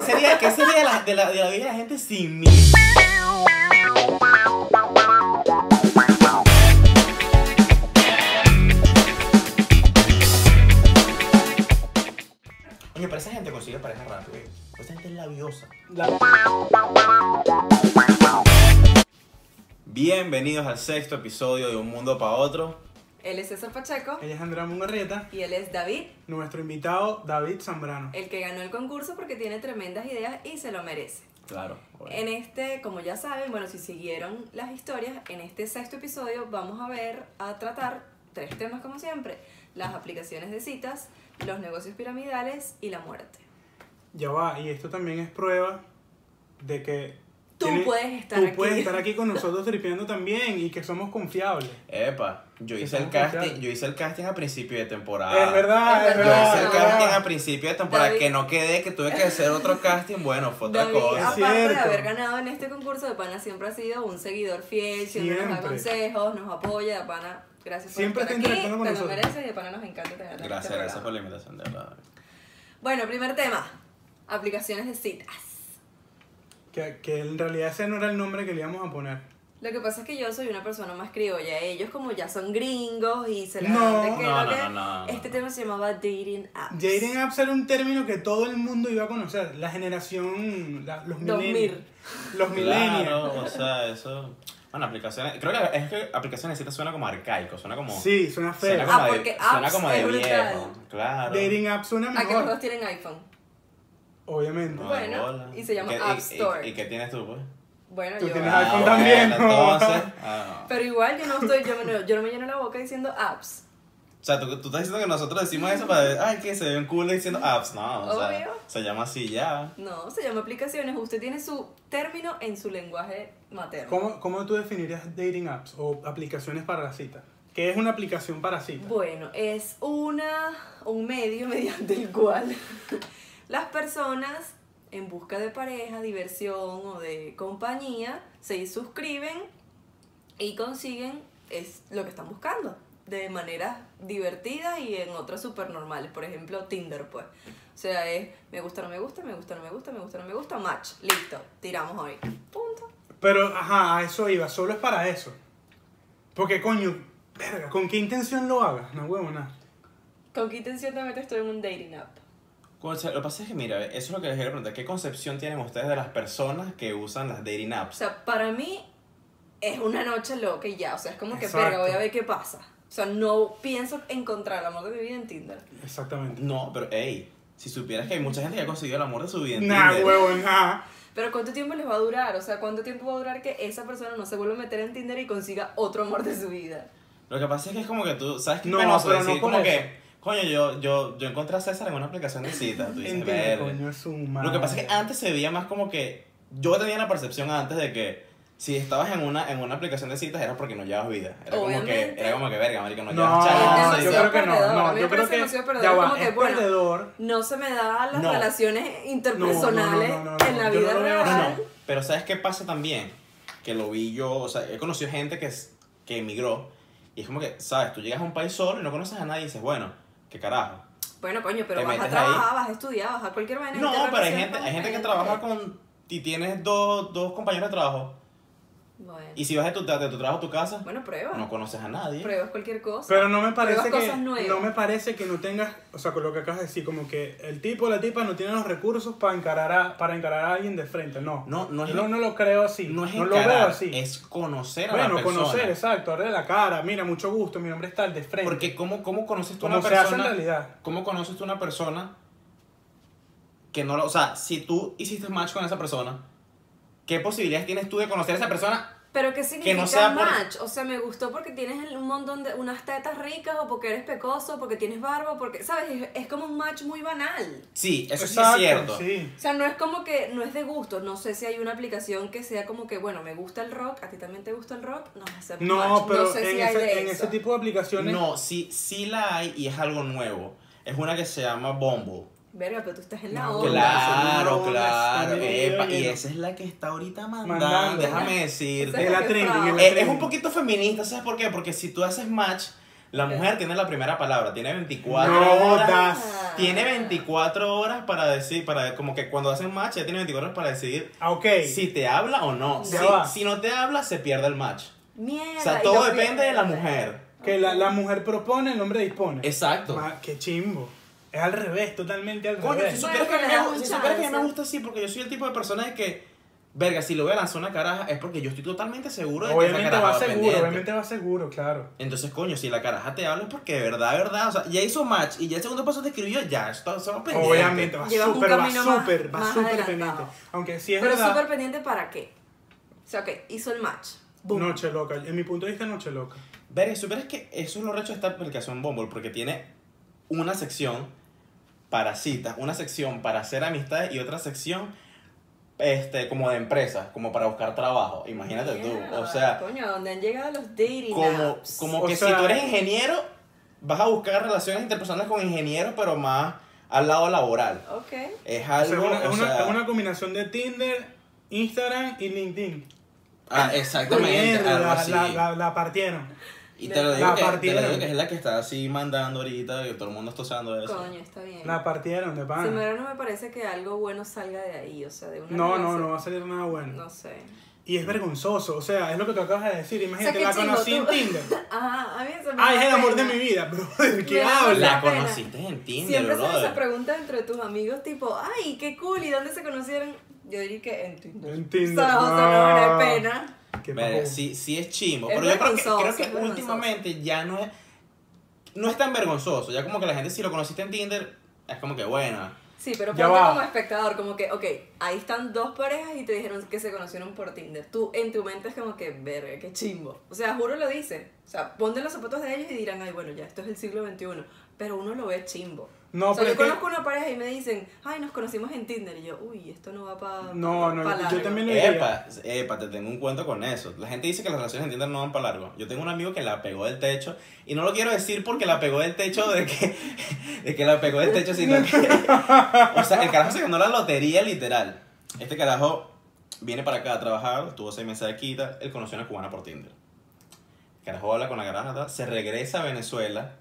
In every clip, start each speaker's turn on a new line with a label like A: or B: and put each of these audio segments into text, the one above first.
A: sería, qué sería de, la, de, la, de la vida de la gente sin mí? Oye, pero esa gente consigue pareja rápido. ¿eh? Esa gente es labiosa. Bienvenidos al sexto episodio de Un Mundo para Otro.
B: Él es César Pacheco
A: Eh.
C: Ella es Andrea Mungorrieta,
B: y él es David,
C: nuestro invitado David Zambrano.
B: el que ganó el concurso porque tiene tremendas ideas y se lo merece.
A: Claro. bueno.
B: En este, como ya saben, bueno, si siguieron las historias, en este sexto episodio vamos a ver, a tratar tres temas como siempre. Las aplicaciones de citas, los negocios piramidales y la muerte.
C: Ya va, y esto también es prueba de que
B: Tú
C: tienes-
B: puedes estar
C: tú
B: aquí.
C: puedes estar aquí con nosotros tripeando también y que somos confiables.
A: Epa, yo hice el
C: Estamos
A: casting,
C: confiados.
A: yo hice el casting a principio de temporada.
C: es verdad,
B: Es
C: es
A: Yo
B: verdad.
C: verdad.
A: hice el
B: Ah.
A: casting a principio de temporada
B: David.
A: que no quedé, que tuve que hacer otro casting, bueno, fue otra
B: David,
A: cosa.
C: ah,
B: aparte de
C: Cierto.
B: haber ganado en este concurso, de Pana siempre ha sido un seguidor fiel, siempre, nos da
C: Siempre.
B: consejos, nos apoya, de Pana. Gracias
C: Siempre
B: por
C: está
B: estar aquí,
C: interactuando con
B: te lo
C: nosotros.
B: mereces y de Pana nos encanta tener
A: Gracias, gracias por la invitación, de verdad.
B: Bueno, primer tema, aplicaciones de citas.
C: Que, que en realidad ese no era el nombre que le íbamos a poner.
B: Lo que pasa es que yo soy una persona más criolla. Ellos como ya son gringos y se la
C: No.
B: dan de que
A: No,
B: lo
A: no,
B: que-
A: no, no, no.
B: Este tema se llamaba dating apps.
C: Jaden Apps era un término que todo el mundo iba a conocer. La generación, la- los
B: 2000.
C: millennials. Los millennials.
A: Claro, o sea, eso. Bueno, aplicaciones. Creo que es que aplicaciones de citas suena como arcaico, suena como.
C: Sí, suena
A: Suena
C: feo.
A: como
B: Ah,
A: de,
B: porque
A: suena
B: apps
A: como de
B: es brutal.
A: viejo. Claro.
C: Dating Apps suena
B: Ah, que los dos
C: mejor.
B: tienen iPhone.
C: Obviamente.
A: No,
B: Bueno,
A: bola.
B: y se llama
A: ¿Qué- y-
B: App
A: y-
B: Store.
A: ¿Y, qué tienes tú, pues?
B: Bueno,
C: Tú
B: yo.
C: tienes
B: ah,
C: iPhone también,
A: bueno,
C: ¿no?
A: Entonces. ah.
B: Pero igual yo no estoy, yo, me- yo no me lleno la boca diciendo apps.
A: O sea, tú, tú estás diciendo que nosotros decimos eso para ver, ay, que se ve un culo diciendo apps. No, o sea,
B: Obvio.
A: se llama así ya.
B: No, se llama aplicaciones. Usted tiene su término en su lenguaje materno.
C: ¿Cómo, ¿Cómo tú definirías dating apps o aplicaciones para la cita? ¿Qué es una aplicación para cita?
B: Bueno, es una, un medio mediante el cual las personas en busca de pareja, diversión o de compañía se suscriben y consiguen es lo que están buscando de maneras divertidas y en otras súper normales. Por ejemplo, Tinder, pues. O sea, es me gusta, no me gusta, me gusta, no me gusta, me gusta, no me gusta, match. Listo, tiramos hoy. Punto.
C: Pero, ajá, a eso iba, solo es para eso. Porque, coño, verga, ¿con qué intención lo hagas? No, huevona.
B: Con qué intención te metes tú en un dating app.
A: Concha, lo que pasa es que, mira, eso es lo que les quería preguntar. ¿Qué concepción tienen ustedes de las personas que usan las dating
B: O
A: apps?
B: sea, para mí es una noche loca y ya. O sea, es como que,
C: Exacto.
B: verga, voy a ver qué pasa. O sea, no pienso encontrar el amor de mi vida en Tinder.
C: Exactamente.
A: No, pero, hey, si supieras que hay mucha gente que ha conseguido el amor de su vida en
C: Nah,
A: Tinder.
C: huevona.
B: Pero ¿cuánto tiempo les va a durar? O sea, ¿cuánto tiempo va a durar que esa persona no se vuelva a meter en Tinder y consiga otro amor de su vida?
A: Lo que pasa es que es como que tú, ¿sabes qué?
C: No,
A: penoso
C: pero
A: decir,
C: no por
A: como
C: eso.
A: que, coño, yo, yo, yo encontré a César en una aplicación de cita. Tú dices,
C: Entiende,
A: "Verga".
C: coño, es un
A: Lo que pasa es que ah, antes se veía más como que. Yo tenía la percepción antes de que si estabas en una, en una aplicación de citas era porque no llevas vida. Era como que,
B: Obviamente.
A: era como que verga, marica, no,
C: No,
A: llevas
B: Ah,
A: chance.
C: yo
B: demasiado
C: creo que
B: perdedor.
C: no.
B: A
C: No,
B: mí
C: yo
B: me
C: creo
B: parece
C: que.
B: demasiado perdedor,
C: Ya va,
B: como que,
C: es
B: bueno,
C: perdedor.
B: No se me da las
A: No.
B: relaciones interpersonales
C: No, no, no, no, no.
B: en la
C: Yo no
B: vida
C: lo veo
A: No,
C: así.
B: real.
A: no, pero ¿sabes qué pasa también? Que lo vi yo, o sea, he conocido gente que, es- que emigró y es como que, ¿sabes? Tú llegas a un país solo y no conoces a nadie y dices, bueno, ¿qué carajo.
B: Bueno, coño, pero
A: Te
B: vas a
A: metes ahí.
B: trabajar, vas a estudiar, vas a cualquier vaina. y
A: No,
B: te
A: pero hay
B: relacionas
A: gente,
B: Ah, con
A: hay gente que trabaja con. y tienes dos, dos compañeros de trabajo
B: Bueno,
A: y si vas de tu, de tu trabajo a tu casa,
B: bueno prueba.
A: no conoces a nadie.
B: Pruebas cualquier cosa.
C: Pero no me parece
B: Pruebas
C: que
B: cosas nuevas.
C: no me parece que no tengas, o sea, con lo que acabas de decir, como que el tipo o la tipa no tiene los recursos para encarar a para encarar a alguien de frente, no.
A: No, no es
C: Yo no lo creo así,
A: Eh, No es
C: lo
A: encarar,
C: veo así.
A: es conocer a la
C: bueno,
A: persona.
C: conocer, exacto, darle la cara, mira, mucho gusto, mi nombre es tal de frente.
A: Porque ¿cómo, cómo conoces tú a
C: como
A: una
C: se hace en
A: persona?
C: realidad.
A: ¿Cómo conoces tú a una persona que no lo, o sea, si tú hiciste match con esa persona, ¿qué posibilidades tienes tú de conocer a esa persona?
B: Pero qué significa
A: sea por-
B: match? O sea, me gustó porque tienes el- un montón de unas tetas ricas o porque eres pecoso, porque tienes barba, porque sabes, es, es como un match muy banal.
A: Sí, eso
C: Exacto,
A: sí es cierto.
C: sí.
B: O sea, no es como que no es de gusto, no sé si hay una aplicación que sea como que, bueno, me gusta el rock, a ti también te gusta el rock, no hacemos match.
C: No, pero
B: no sé
C: en,
B: si hay
C: ese,
B: de
C: en
B: eso.
C: ese tipo de aplicaciones
A: No, sí, sí la hay y es algo nuevo. Es una que se llama Bumble.
B: Verga, pero tú estás en la
C: No,
B: onda.
A: Claro,
C: seguro,
A: claro.
C: seguro,
A: epa, y
C: lleno.
A: esa es la que está ahorita mandando,
C: Mandando.
A: déjame
B: Esa
A: decirte.
C: es
B: la
C: la
B: que
C: trending,
B: fraude.
C: es la
A: Es, es
C: trending.
A: un poquito feminista, ¿sabes por qué? Porque si tú haces match, la mujer tiene la primera palabra, tiene 24
C: No,
A: horas.
C: da-
B: Ah.
A: Tiene 24 horas para decir, para como que cuando hacen match, ya tiene 24 horas para decidir
C: Ah, ok.
A: si te habla o no.
C: Ya
A: Si,
C: va.
A: si no te habla, se pierde el match.
B: Mierda.
A: O sea,
B: y
A: todo
B: lo
A: depende de la
B: pierdes.
A: mujer.
C: Que la, la mujer propone, el hombre dispone.
A: Exacto.
C: Ma- qué chimbo. Es al revés, totalmente al
A: Coño, si
C: revés.
A: supieras que, a mí
B: le
A: me
B: das
A: gu-
B: un
A: si supieras que a mí me
B: chance.
A: gusta así, porque yo soy el tipo de persona de que, verga, si lo voy a lanzar una caraja, es porque yo estoy totalmente seguro de que esa
C: Obviamente
A: caraja
C: va
A: va
C: seguro,
A: pendiente.
C: obviamente va seguro, claro.
A: Entonces, coño, si la caraja te habla es porque de verdad, de verdad, o sea, ya hizo match y ya el segundo paso te escribió, ya, esto se va pendiente.
C: Obviamente va
B: Llevas un
C: súper, va
B: camino más-
C: súper, va
B: más
C: súper
B: adelantado.
C: pendiente. Aunque sí es
B: Pero
C: verdad,
B: súper pendiente para qué. O sea, ok, hizo el match. Boom.
C: noche loca. En mi punto de vista, noche loca.
A: Verga, super es que eso es lo recho de esta aplicación Bumble, porque tiene una sección para citas, una sección para hacer amistades y otra sección este, como de empresas, como para buscar trabajo. Imagínate tú.
B: Mierda,
A: O sea,
B: Coño, ¿dónde han llegado los dating
A: como,
B: apps?
A: como
C: O
A: que si
C: sea-
A: tú eres ingeniero, vas a buscar relaciones interpersonales con ingenieros, pero más al lado laboral.
B: Ok.
A: Es
C: O sea, es
A: algo.
C: una, es
A: o
C: una-
A: sea-
C: es una combinación de Tinder, Instagram y LinkedIn.
A: Ah, exactamente.
C: Mierda,
A: algo
C: la,
A: así.
C: la- la- la partieron.
A: y te lo,
C: la
A: digo que, te lo
C: partieron.
A: digo que es la que está así mandando ahorita, que todo el mundo está usando eso.
B: Coño, está bien.
C: La partieron, de
B: Sin
C: pan.
B: embargo, no me parece que algo bueno salga de ahí, o sea, de una
C: No, no,
B: relación-
C: no va a salir nada bueno.
B: No sé.
C: Y es vergonzoso, o sea, es lo que tú acabas de decir. Imagínate,
B: qué
C: la
B: chivo,
C: conocí en
B: tú-
C: Tinder.
B: Ajá, a mí eso me
C: Ay,
B: da
C: es el amor de
B: pena.
C: mi vida, brother.
B: Me
C: ¿Qué
B: da
C: habla?
A: La
B: La pena.
A: conociste en Tinder,
B: Siempre se hace esa
A: brother.
B: pregunta entre tus amigos, tipo, ay, qué cool, ¿y dónde se conocieron? Yo diría que en Tinder.
C: En Tinder.
B: O sea, o sea, no
C: Ah.
B: vale pena.
C: Qué
A: Verga,
C: pavo.
A: sí, sí es chimbo.
B: Es
A: pero yo creo que,
B: vergonzoso,
A: creo
B: es
A: que
B: vergonzoso.
A: últimamente ya no es. No es tan vergonzoso. Ya como que la gente, si lo conociste en Tinder, es como que bueno.
B: Sí, pero
C: Ya
B: ponte
C: va.
B: como espectador, como que, ok, ahí están dos parejas y te dijeron que se conocieron por Tinder. Tú, en tu mente es como que, verga, qué chimbo. O sea, juro lo dice. O sea, ponte en los zapatos de ellos y dirán, ay, bueno, ya, esto es el siglo XXI. Pero uno lo ve chimbo.
C: No,
B: o sea,
C: pero es
B: yo
C: que-
B: conozco una pareja y me dicen, ay, nos conocimos en Tinder. Y yo, uy, esto no va para.
C: No, no, yo también lo-
A: Epa, epa, te tengo un cuento con eso. La gente dice que las relaciones en Tinder no van para largo. Yo tengo un amigo que la pegó del techo. Y no lo quiero decir porque la pegó del techo de que, de que la pegó del techo, sino que. O sea, el carajo se ganó la lotería literal. Este carajo viene para acá a trabajar, estuvo seis meses aquí, y tal. él conoció a una cubana por Tinder. El carajo habla con la caraja, tal, se regresa a Venezuela,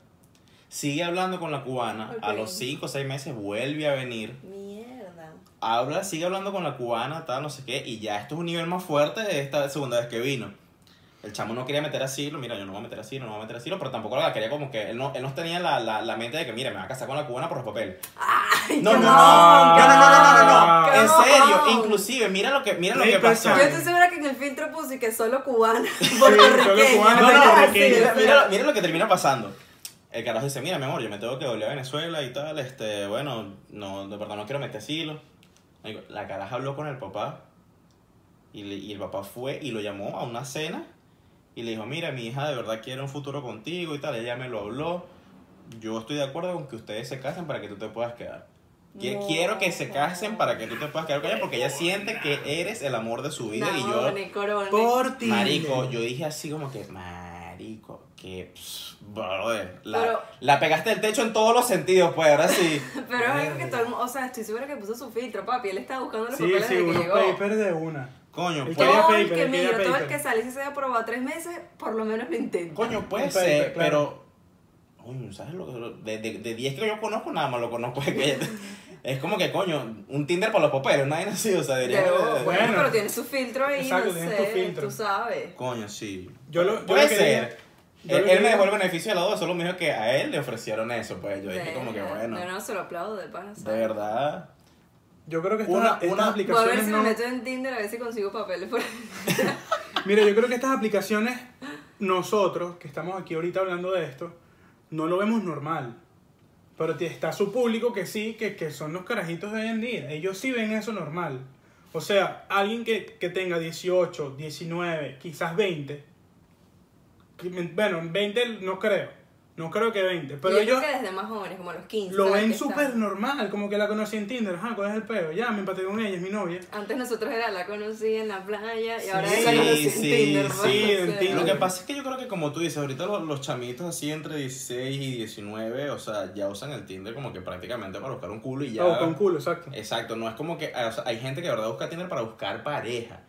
A: sigue hablando con la cubana, a
B: Ok.
A: los cinco o seis meses vuelve a venir
B: Mierda.
A: habla, sigue hablando con la cubana, tal, no sé qué, y ya esto es un nivel más fuerte de esta segunda vez que vino. El chamo no quería meter asilo, mira, yo no voy a meter asilo, no voy a meter asilo, pero tampoco la quería como que, él no, él no tenía la, la, la mente de que, mira, me va a casar con la cubana por los papeles. No, no, no,
B: qué
A: no, no, no, no, no, no,
B: ¡Qué
A: en serio,
B: mamón!
A: inclusive, mira lo que, mira lo
C: Ey,
A: que
C: pero
A: pasó.
B: Yo
C: Ay.
B: estoy segura que en el filtro puse que solo cubana.
C: solo
B: Puertorriqueña.
A: No,
C: cubana,
A: no,
B: Ah, sí,
C: puertorriqueña.
B: sí.
A: mira, mira, mira lo que termina pasando. El carajo dice, mira, mi amor, yo me tengo que volver a Venezuela y tal, este, bueno, no, de verdad no quiero meter asilo. Marico, La caraja habló con el papá y, le- y el papá fue y lo llamó a una cena y le dijo, mira, mi hija de verdad quiere un futuro contigo y tal, ella me lo habló. Yo estoy de acuerdo con que ustedes se casen para que tú te puedas quedar. Qui-
B: No.
A: Quiero que se casen para que tú te puedas quedar con ella porque ella siente que eres el amor de su vida y yo...
B: No, ni corona.
C: Por Tinder.
A: Marico, yo dije así como que, marico, que, pss, brother, la,
B: Pero-
A: la pegaste del techo en todos los sentidos, pues, ahora sí.
B: Pero es algo que todo el mundo, o sea, estoy segura que puso su filtro, papi. Él estaba buscando los
C: Sí,
B: papeles
C: sí,
B: desde que
C: unos
B: llegó.
C: papers de una.
A: Coño,
C: El
A: puede,
C: quería
B: Todo el
C: paper,
B: que
C: él quería
B: mira, todo el
C: paper.
B: que sale, si se ha aprobado tres meses, por lo menos lo intenta.
A: coño, puede
C: Un
A: ser,
C: paper, claro.
A: pero, coño, ¿sabes lo que, de- de de 10 que yo conozco, nada más lo conozco, es que, es como que, coño, un Tinder para los paperos, nadie nació, o sea, diría,
B: Pero,
A: eh,
B: bueno,
C: Bueno.
B: pero tiene su filtro ahí,
C: Exacto,
B: no
C: tienes
B: sé,
C: tu filtro.
B: tú sabes.
A: coño, sí,
C: Yo lo- yo
A: puede
C: lo quería-
A: ser. Él,
C: yo lo
A: él me
C: quería-
A: dejó el beneficio de la duda, solo me dijo que a él le ofrecieron eso, pues, yo dije
B: De-
A: como que, bueno,
B: No, no, se lo aplaudo de pana.
A: de verdad.
C: Yo creo que estas,
A: Una-
C: estas
A: una-
B: Voy a ver
C: aplicaciones
B: si
C: no...
B: me meto en Tinder a ver si consigo papeles por ahí.
C: Mira, yo creo que estas aplicaciones, nosotros que estamos aquí ahorita hablando de esto, no lo vemos normal. Pero te- está su público que sí, que, que son los carajitos de hoy en día. Ellos sí ven eso normal. O sea, alguien que, que tenga 18, 19, quizás 20. que me- Bueno, 20 no creo. No creo que 20. Pero
B: yo
C: ellos
B: creo que desde más jóvenes, como a los 15.
C: lo
B: ¿sabes?
C: ven
B: Que está-
C: súper normal. Como que la conocí en Tinder. Ajá, ¿cuál es el pedo? Ya, me empaté con ella, es mi novia.
B: Antes nosotros era la conocí en la playa y ahora
C: Sí,
B: es la conocí en
A: sí,
B: Tinder.
A: sí,
B: pues,
C: en
B: o sea,
C: Tinder.
A: Lo que pasa es que yo creo que como tú dices, ahorita los, los chamitos así entre 16 y 19, o sea, ya usan el Tinder como que prácticamente para buscar un culo y ya.
C: Ah, O con culo, exacto.
A: Exacto, no es como que, o sea, hay gente que de verdad busca Tinder para buscar pareja.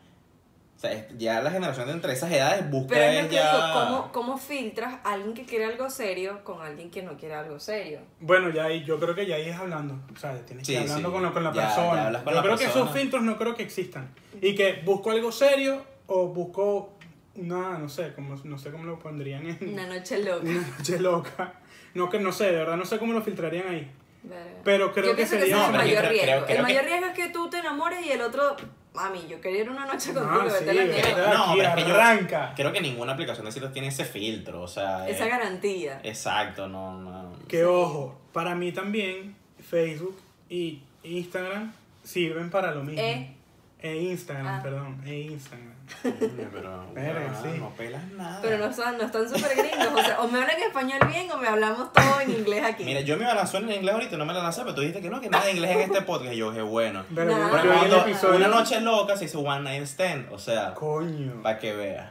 A: O sea, es- ya la generación de entre esas edades busca
B: Pero es lo
A: es
B: que
A: ya...
B: digo, ¿cómo, ¿cómo filtras a alguien que quiere algo serio con alguien que no quiere algo serio?
C: Bueno, ya ahí, yo creo que ya ahí es hablando. O sea, tienes que
A: Sí,
C: ir hablando
A: sí.
C: con la, con la
A: Ya- ya
C: persona.
A: hablas con
C: yo
A: la
C: creo que esos
A: persona.
C: filtros no creo que existan. Y que busco algo serio o busco una, no sé, como, no sé cómo lo pondrían
A: Mm.
C: en
B: Una noche loca.
C: una noche loca. No, que no sé, de verdad, no sé cómo lo filtrarían ahí.
B: Verga.
C: Pero creo
B: yo
C: que
B: pienso
C: sería-
B: ese es
C: No,
B: el
C: pero yo
B: mayor
A: creo-
B: riesgo.
A: creo- creo
B: el
A: que-
B: mayor riesgo es que tú te enamores y el otro, mami, yo quería ir una noche
C: Ah,
B: contigo, vete a
C: sí,
B: la
C: vete.
B: mierda.
A: No,
C: Aquí
A: pero es que yo-
C: arranca.
A: creo que ninguna aplicación de citas tiene ese filtro, o sea...
B: Esa
A: eh,
B: garantía.
A: Exacto, no, no...
C: Que
B: Sí.
C: ojo, para mí también Facebook y Instagram sirven para lo mismo.
B: Eh.
C: E Instagram,
B: Ah.
C: perdón, e Instagram.
A: Coño, Pero,
C: Verga,
A: weón,
C: sí.
A: no pelas nada.
B: Pero no, son- no están súper gringos. O sea, o me hablan español bien o me hablamos todo en inglés aquí.
A: Mira, yo me la lanzó en inglés ahorita, no me la lancé, pero tú dijiste que no, que nada de inglés en este podcast. Y yo dije, bueno.
C: Pero
B: Nada.
C: yo-
A: Pero
C: yo vi el
A: cuando
C: Ah, episodio-
A: una noche loca se hizo One Night Stand, o sea,
C: Coño.
A: para que veas.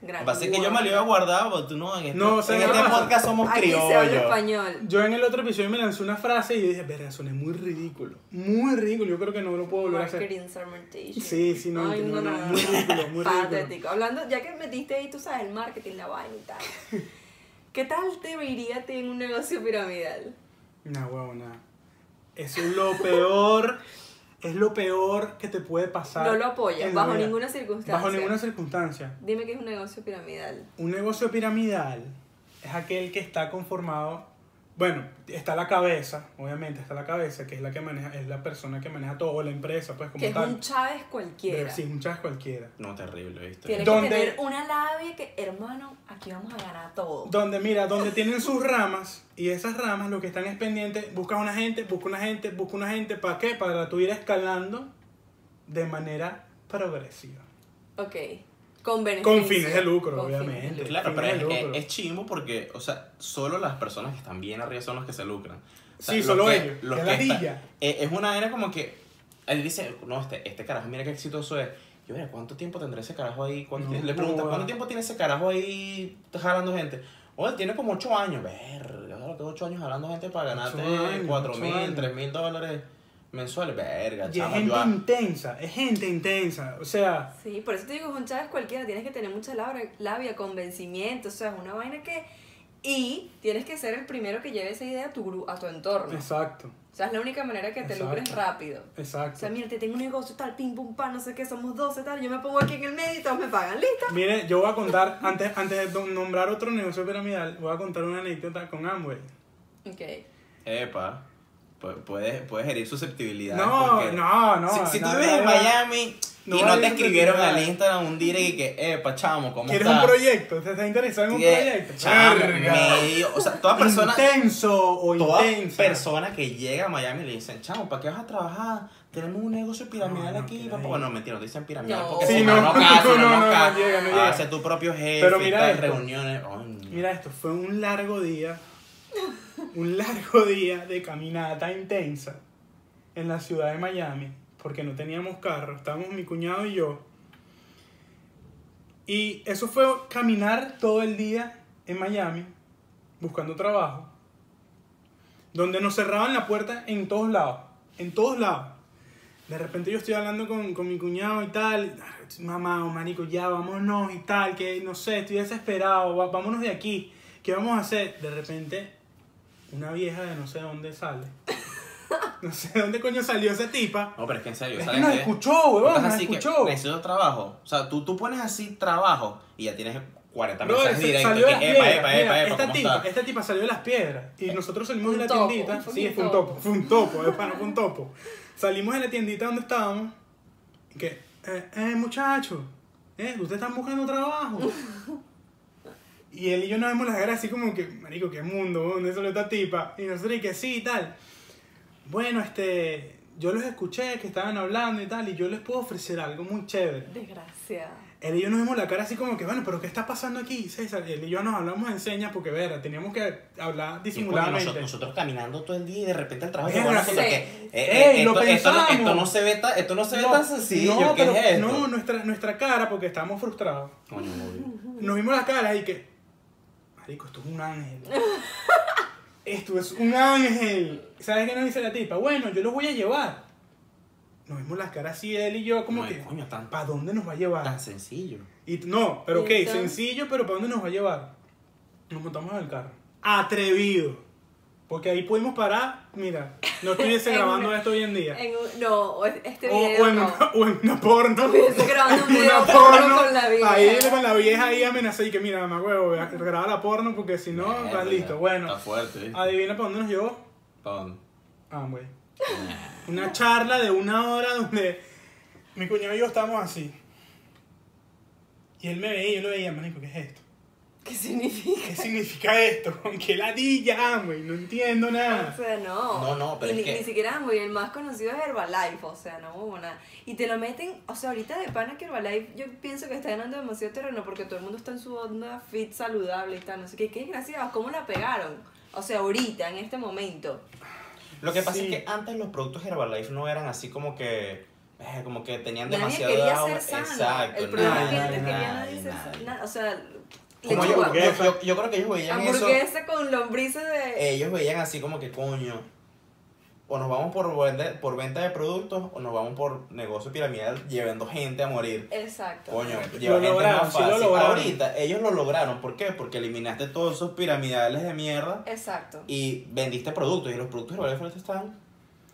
B: Gran-
A: Pasa es que yo me lo iba a guardar, porque tú no, en este,
C: No, o sea,
A: en
C: no.
A: este podcast somos
B: Aquí se habla
A: criollos.
B: español.
C: Yo en el otro episodio me lancé una frase y yo dije, verga, soné muy ridículo. Muy ridículo, yo creo que no lo puedo volver a hacer.
B: Marketing Sermentation.
C: Sí, sí, no,
B: Ay,
C: no, no,
B: no, no.
C: muy ridículo, muy ridículo.
B: Patético. Hablando, ya que metiste ahí, tú sabes, el marketing, la vaina y tal. ¿Qué tal te iría a ti en un negocio piramidal?
C: Nah, huevo, nada. Eso es lo peor, es lo peor que te puede pasar.
B: No lo apoyas,
C: en la
B: bajo
C: vida.
B: ninguna circunstancia.
C: Bajo ninguna circunstancia.
B: Dime que es un negocio piramidal.
C: Un negocio piramidal es aquel que está conformado, bueno, está la cabeza, obviamente está la cabeza, que es la que maneja, es la persona que maneja todo, o la empresa, pues como
B: Que es
C: tal.
B: un Chávez
C: Pero
B: cualquiera.
C: sí, un chas cualquiera.
A: No, terrible, ¿viste?
B: Tiene
C: ¿Dónde?
B: que tener una labia que, hermano, aquí vamos a ganar todo.
C: Donde, mira, donde tienen sus ramas y esas ramas lo que están es pendientes, busca una gente, busca una gente, busca una gente, ¿para qué? Para tú ir escalando de manera progresiva.
B: Ok. Con beneficio.
C: Con fines de lucro,
B: Con fines de
C: obviamente.
B: lucro.
A: Claro, pero es,
C: Primero,
A: es,
C: pero-
A: es chimbo porque, o sea, solo las personas que están bien arriba son las que se lucran. O sea,
C: Sí,
A: los
C: solo
A: que-
C: ellos,
A: los
C: qué
A: que están-
C: ladilla.
A: eh, es una era como que, él dice, no, este, este carajo, mira qué exitoso es. Yo, mira, ¿cuánto tiempo tendrá ese carajo ahí? ¿Cuánto
C: No,
A: tiempo? Le preguntan,
C: joda.
A: ¿cuánto tiempo tiene ese carajo ahí jalando gente? Oye, tiene como 8 años. Verga, o sea, tengo 8 años jalando gente para ganarte
C: Ocho años,
A: 4
C: ocho
A: mil,
C: años.
A: 3 mil dólares mensuales. Verga,
C: Y es
A: chamo,
C: gente
A: yo a-
C: intensa, es gente intensa. O sea,
B: Sí, por eso te digo, es un Chávez cualquiera. Tienes que tener mucha labia, labia, convencimiento. O sea, es una vaina que. Y tienes que ser el primero que lleve esa idea a tu, gru- a tu entorno.
C: exacto,
B: O sea, es la única manera que te
C: Exacto.
B: lucres rápido. O
C: exacto.
B: sea, mira, te tengo un negocio tal, pim, pum, pan, no sé qué, somos 12, tal. Yo me pongo aquí en el medio y todos me pagan. ¿Listo?
C: Mire, yo voy a contar, antes, antes de nombrar otro negocio piramidal, voy a contar una anécdota con Amway.
B: Ok.
A: Epa, pu- puedes, puedes herir susceptibilidades.
C: No,
A: porque-
C: no, no.
A: si, si tú
C: no,
A: vives
C: no,
A: en
C: no.
A: Miami
C: no
A: y
C: va a
A: no te
C: haber
A: escribieron
C: necesidad.
A: al Instagram un direct y que, epa, chamo, ¿cómo
C: ¿Quieres
A: estás?
C: un proyecto? ¿Te estás interesado en un
A: Que,
C: proyecto?
A: chamo,
C: Verga.
A: medio- o sea, toda persona,
C: intenso o
A: toda
C: intensa.
A: persona que llega a Miami le dicen, chamo, ¿para qué vas a trabajar? Tenemos un negocio piramidal
C: No, no,
A: aquí.
C: piramidal.
A: papá". Bueno, mentira, no te dicen piramidal
B: No.
A: porque
B: Sí,
A: si no,
C: no,
A: no, casa,
C: no,
A: no,
C: no, no
A: casa.
C: llega, no llega.
A: Hace tu propio jefe,
C: Pero mira
A: tal,
C: esto.
A: reuniones. Oh, Ay,
C: Mira esto, fue un largo día, un largo día de caminata intensa en la ciudad de Miami, porque no teníamos carro, estábamos mi cuñado y yo. Y eso fue caminar todo el día en Miami, buscando trabajo, donde nos cerraban la puerta en todos lados, en todos lados. De repente yo estoy hablando con, con mi cuñado y tal, mamá o marico, ya vámonos y tal, que no sé, estoy desesperado, va- vámonos de aquí, ¿qué vamos a hacer? De repente, una vieja de no sé dónde sale, no sé de dónde coño salió esa tipa,
A: No, pero es que en serio,
C: es que
A: ¿sabes
C: nos
A: qué?
C: escuchó,
A: Estás
C: huevón, nos
A: así que
C: escuchó.
A: necesito trabajo. O sea, tú, tú pones así trabajo y ya tienes 40
C: Bro,
A: mensajes
C: se-
A: directos.
C: salió de las
A: que, epa,
C: piedras.
A: epa,
C: mira,
A: epa, epa,
C: esta,
A: ¿cómo
C: tipa,
A: estás?
C: esta tipa salió de las piedras. Y nosotros salimos de
B: Un
C: la
B: topo,
C: tiendita.
B: fue
C: sí,
B: un
C: fue un
B: topo.
C: topo. Fue un topo, de pana, fue un topo. Salimos de la tiendita donde estábamos. y Que, eh, eh, muchacho, eh, ustedes están buscando trabajo. Y él y yo nos vemos las caras así como que, marico, qué mundo, ¿dónde salió esta tipa? Y nosotros, y que sí y tal. Bueno, este, yo los escuché que estaban hablando y tal, y yo les puedo ofrecer algo muy chévere.
B: Desgracia.
C: Él y yo nos vimos la cara así como que, bueno, pero ¿qué está pasando aquí, César? Él y yo nos hablamos en señas porque, verá, teníamos que hablar
A: Y es como que noso-
C: disimuladamente.
A: nosotros, caminando todo el día y de repente el trabajo
C: Verga,
A: llegó a nosotros
B: sí.
A: que, eh,
C: Ey,
A: eh,
C: lo
A: esto, esto no,
C: pensamos.
A: esto no se ve tan, esto no se ve tan sencillo,
C: no,
A: ¿qué
C: pero-
A: es esto?
C: no, nuestra, nuestra cara porque estábamos frustrados.
A: Coño, obvio.
C: Nos vimos la cara y que, marico, esto es un ángel. esto es un ángel. ¿Sabes qué nos dice la tipa? Bueno, yo los voy a llevar. nos vemos las caras así él y yo, como
A: Ay,
C: que,
A: coño, tan,
C: ¿para dónde nos va a llevar?
A: tan sencillo.
C: Y t- no, pero ok,
B: Y está-
C: sencillo, pero ¿para dónde nos va a llevar? Nos montamos al carro. Atrevido. Porque ahí pudimos parar, mira, no estuviese
B: En
C: grabando
B: una-
C: esto hoy en día.
B: En un- no, este
C: o, o
B: video
C: en
B: no.
C: una, o en una porno.
B: Estuviese grabando un
C: En
B: video
C: una
B: porno con la vieja.
C: Ahí con la vieja ahí amenazé y que mira, mamá huevo, ve a- graba la porno porque si no,
A: Verga,
C: estás listo. Bueno, Ah.
A: Está fuerte, ¿eh? ¿viste?
C: adivina para dónde nos llevó.
A: ¿Para dónde?
C: Ah, güey. Una charla de una hora donde mi cuñado y yo estábamos así. Y él me veía y yo lo veía, manico, ¿qué es esto?
B: ¿Qué significa?
C: ¿Qué significa esto? ¿Con qué ladilla, güey? No entiendo
B: O
C: nada.
B: sea, no.
A: No, no, pero
B: Y
A: es
B: ni,
A: que-
B: ni siquiera muy el más conocido es Herbalife, o sea, no hubo nada. Y te lo meten, o sea, ahorita de pana que Herbalife, yo pienso que está ganando demasiado terreno porque todo el mundo está en su onda fit saludable y tal, no sé qué, qué desgraciados, ¿cómo la pegaron? O sea, ahorita, en este momento.
A: Lo que pasa
C: Sí.
A: es que antes los productos Herbalife no eran así como que. eh, como que tenían
B: Nadie
A: demasiado.
B: quería
A: agua.
B: ser sano.
A: Exacto.
B: el problema es que
A: nadie,
B: antes quería nadie
A: nadie,
B: ser
A: nadie.
B: sano. O sea,
A: Como
C: Lechuga.
A: yo,
B: lechuga.
A: yo, yo- yo creo que ellos veían eso. Eh,
B: Hamburguesa con lombrices de.
A: Ellos veían así como que coño. O nos vamos por, vende- por venta de productos o nos vamos por negocio piramidal llevando gente a morir.
B: Exacto.
A: Coño, llevar gente es
C: lograron,
A: más
C: sí lo
A: fácil.
C: lograron.
A: Ahorita ellos lo lograron. ¿Por qué? Porque eliminaste todos esos piramidales de mierda
B: Exacto.
A: y vendiste productos. Y los productos Herbalife ahorita están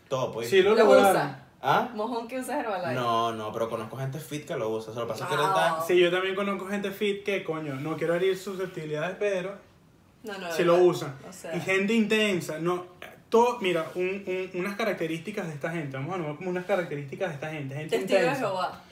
A: todo, pues.
C: Sí, lo
B: Lo
C: lograron.
B: usa.
A: ¿Ah?
B: Mojón que usa Herbalife.
A: No, no, pero conozco gente fit que lo usa. Se lo pasa que
B: Wow.
A: ahorita.
C: Sí, yo también conozco gente fit que, coño, no quiero herir susceptibilidades, pero
B: No, no, de
C: si lo
B: verdad.
C: usan.
B: O sea,
C: Y gente intensa, no. Todo, mira, un- un- unas características de esta gente. Vamos a nombrar como unas características de esta gente. Gente
B: testigo de
C: intensa.
B: Jehová.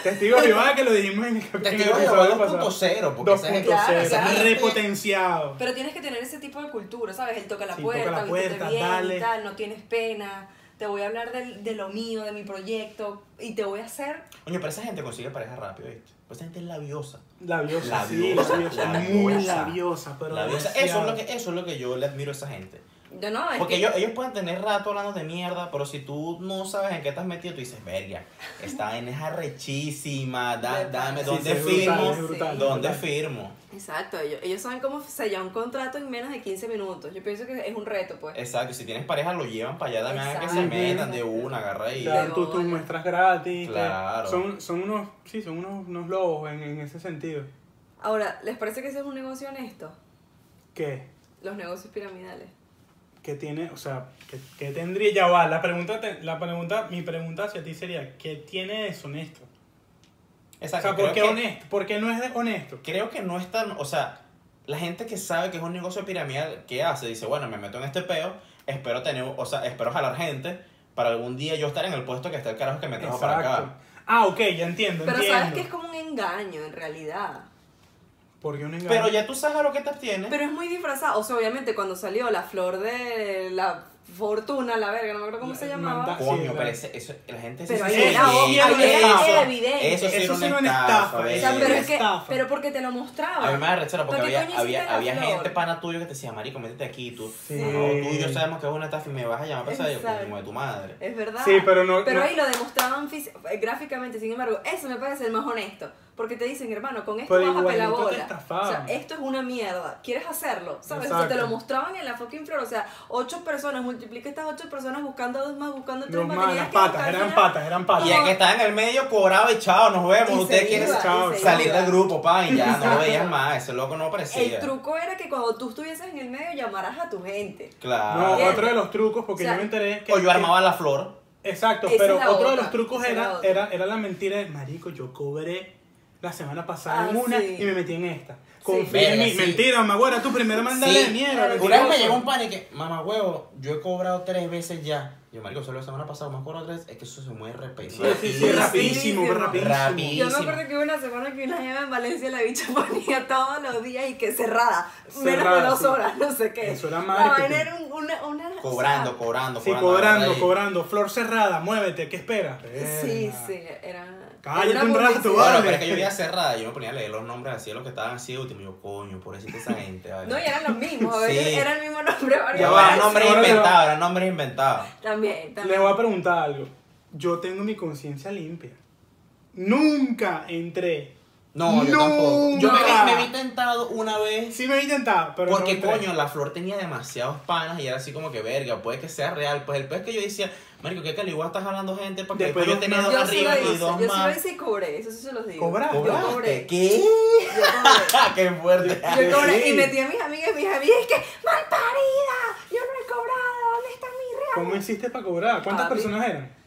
C: Testigo de Jehová, que lo dijimos en el capítulo
A: Testigo de
C: pasado.
A: Jehová 2.0, porque esa gente-
B: Claro,
C: 2.0,
A: claro.
C: repotenciado.
B: Pero tienes que tener ese tipo de cultura, ¿sabes? El toca la
C: Sí, toca
B: puerta,
C: la
B: vístete
C: puerta,
B: bien
C: dale.
B: y tal, no tienes pena. Te voy a hablar del- de, lo mío, de mi proyecto, y te voy a hacer.
A: Coño, pero esa gente consigue pareja rápido, ¿viste? Pues esa gente es labiosa.
C: Labiosa, sí,
A: Labiosa,
C: labiosa,
A: labiosa.
C: muy labiosa, pero
A: Labiosa. Eso, es lo que, eso es lo que yo le admiro a esa gente.
B: Yo no, es
A: Porque
B: que-
A: ellos, ellos pueden tener rato hablando de mierda, pero si tú no sabes en qué estás metido, tú dices, verga, esta en es arrechísima, da- dame,
B: Sí,
A: ¿dónde
C: sí, es brutal,
A: firmo?
C: es brutal,
A: ¿Dónde
C: es brutal.
A: firmo?
B: Exacto, ellos, ellos saben cómo sellar un contrato en menos de 15 minutos. Yo pienso que es un reto, pues.
A: Exacto, si tienes pareja, lo llevan para allá, dame a que se
B: Exacto.
A: metan de una, agarra ahí.
C: Te dan
B: Claro.
C: tu- tus muestras gratis. te-
A: Claro.
C: Son, son unos, sí, son unos, unos lobos en, en ese sentido.
B: Ahora, ¿les parece que ese es un negocio honesto?
C: ¿Qué?
B: Los negocios piramidales.
C: ¿Qué tiene, o sea, qué, qué tendría? Ya va, la pregunta, te- la pregunta, mi pregunta hacia ti sería, ¿qué tiene de deshonesto? O
A: Exacto,
C: sea, ¿por
A: creo
C: qué
A: que-
C: honesto? ¿Por qué no es de- honesto?
A: creo que no es tan, o sea, la gente que sabe que es un negocio piramidal, ¿qué hace? Dice, bueno, me meto en este peo, espero tener, o sea, espero jalar gente para algún día yo estar en el puesto que está el carajo que me trajo para acá.
C: Ah, ok, ya entiendo,
B: Pero
C: entiendo.
B: sabes que es como un engaño, en realidad.
C: ¿Por qué un engaño?
A: Pero ya tú sabes a lo que te abstienes.
B: Pero es muy disfrazado. O sea, obviamente cuando salió la flor de la fortuna, la verga, no me acuerdo cómo
C: La-
B: se
C: el
B: llamaba.
C: manda-
A: Coño,
C: Sí,
A: pero
C: claro.
A: ese- eso, la gente
B: Pero
A: sí
B: ahí era
A: sí,
B: obvio,
A: eso-
B: ahí era
A: eso-
B: evidente.
A: Eso sí
C: Eso
A: era
C: sí
A: una
C: era una
A: estafa.
C: estafa,
B: O
A: ¿ves?
B: sea, pero es que,
C: estafa.
B: pero porque te lo mostraba.
A: A mí me da rechera porque
B: ¿Para qué
A: había,
B: coño hiciste
A: había,
B: la
A: había
B: flor?
A: gente pana tuyo que te decía, marico, métete aquí, tú.
C: Sí.
A: No, tú y yo sabemos que es una estafa y me vas a llamar para yo
B: Exacto.
A: como de tu madre.
B: Es verdad.
C: Sí, pero no- no-
B: Ah, ahí lo demostraban fisi- eh, gráficamente, sin embargo, eso me parece el más honesto. Porque te dicen, hermano, con esto
C: Pero
B: vas a
C: igualito
B: pelabola.
C: te estafaban.
B: O sea, esto es una mierda. ¿Quieres hacerlo? ¿Sabes? O sea,
C: Exacto.
B: te lo mostraban en la fucking flor. O sea, ocho personas, multiplica estas ocho personas buscando dos más, buscando tres
C: Dos
B: más.
C: más,
B: tenías
C: las
B: que
C: patas,
B: buscar al
C: eran
B: final.
C: patas, eran patas.
A: Y el que estaba en el medio cobraba y chao, nos vemos.
B: Y
A: Ustedes
B: se
A: quieren
B: iba, y
C: chao,
B: se
A: salir
B: iba.
A: del grupo, pa, y ya no lo
B: Exacto.
A: veías más, ese loco no aparecía.
B: El truco era que cuando tú estuvieses en el medio llamaras a tu gente.
C: No,
A: Claro.
B: Bien.
C: otro de los trucos, porque
B: O sea,
C: yo me enteré que...
A: o yo armaba la flor.
C: Exacto,
B: Esa
C: pero
B: es la
C: otro de
B: otra,
C: los trucos
B: esa es la
C: era,
B: otra.
C: era, era la mentira de, marico, yo cobré la semana pasada
B: Ah,
C: en una
B: sí.
C: y me metí en esta. Confía en
A: Verga,
C: mí.
A: sí.
C: Mentira, mamagüera, tú primero mandale
A: Sí.
C: mierda.
A: Una vez me
C: mentiroso.
A: llegó un pan y que, mamá huevo, yo he cobrado tres veces ya. Yo, marico, solo la semana pasada me has cobrado tres, es que eso se mueve repetido.
C: Sí, sí, sí,
B: Sí,
C: rapidísimo,
B: sí,
C: fue
B: sí,
C: rapidísimo.
A: rapidísimo.
B: Yo me acuerdo que hubo una semana que una jeva en Valencia la bicha ponía todos los días y que cerrada, menos de
C: Cerrada,
B: dos
C: sí.
B: horas, no sé qué.
C: Eso era
B: No,
C: marketing.
B: vaina era un- una, una-
A: Cobrando,
B: o sea,
A: cobrando,
C: Sí,
A: cobrando.
C: cobrando,
A: ahí.
C: cobrando. Flor cerrada, muévete, ¿qué esperas?
B: Sí,
C: Verga.
B: sí, era.
C: Cállate
B: era
C: un
B: publicidad.
C: rato,
A: Bueno,
C: vale.
A: pero es que yo veía cerrada, yo me ponía a leer los nombres así de los que estaban así de último. Yo, coño, pobrecita esa gente, vale.
B: No, y eran los mismos, a veces
A: Sí.
B: era el mismo nombre varias
A: Ya
C: va,
A: va,
B: veces.
A: nombres
C: Ahora te va-
A: inventados, eran nombres inventados.
B: También,
C: Les
B: también.
C: voy a preguntar algo. Yo tengo mi conciencia limpia. Nunca entré.
A: No, yo tampoco. Yo me
C: Nunca.
A: vi, me vi tentado una vez
C: Sí me he intentado, pero
A: Porque
C: no entré.
A: coño, la flor tenía demasiados panas y era así como que verga, puede que sea real. Pues el pez que yo decía, Marico, ¿qué caliguá estás hablando gente? Porque
C: Después
A: después yo
C: dos
A: tenía
C: más.
A: dos
B: Yo sí
A: arriba
B: lo
A: y
B: hice,
A: dos
B: yo sí lo
A: más.
B: hice y cobré, eso sí se los digo.
C: ¿Cobraste?
B: Yo
A: ¿Cobraste?
B: cobré.
A: ¿Qué? Ah,
B: Yo cobré.
A: ¡Qué fuerte!
B: Yo cobré
C: Sí.
B: y metí a mis amigas y mis amigas es que ¡Mal parida! Yo no he cobrado, ¿dónde está mi real?
C: ¿Cómo hiciste para cobrar? ¿Cuántas
B: Papi.
C: personas eran?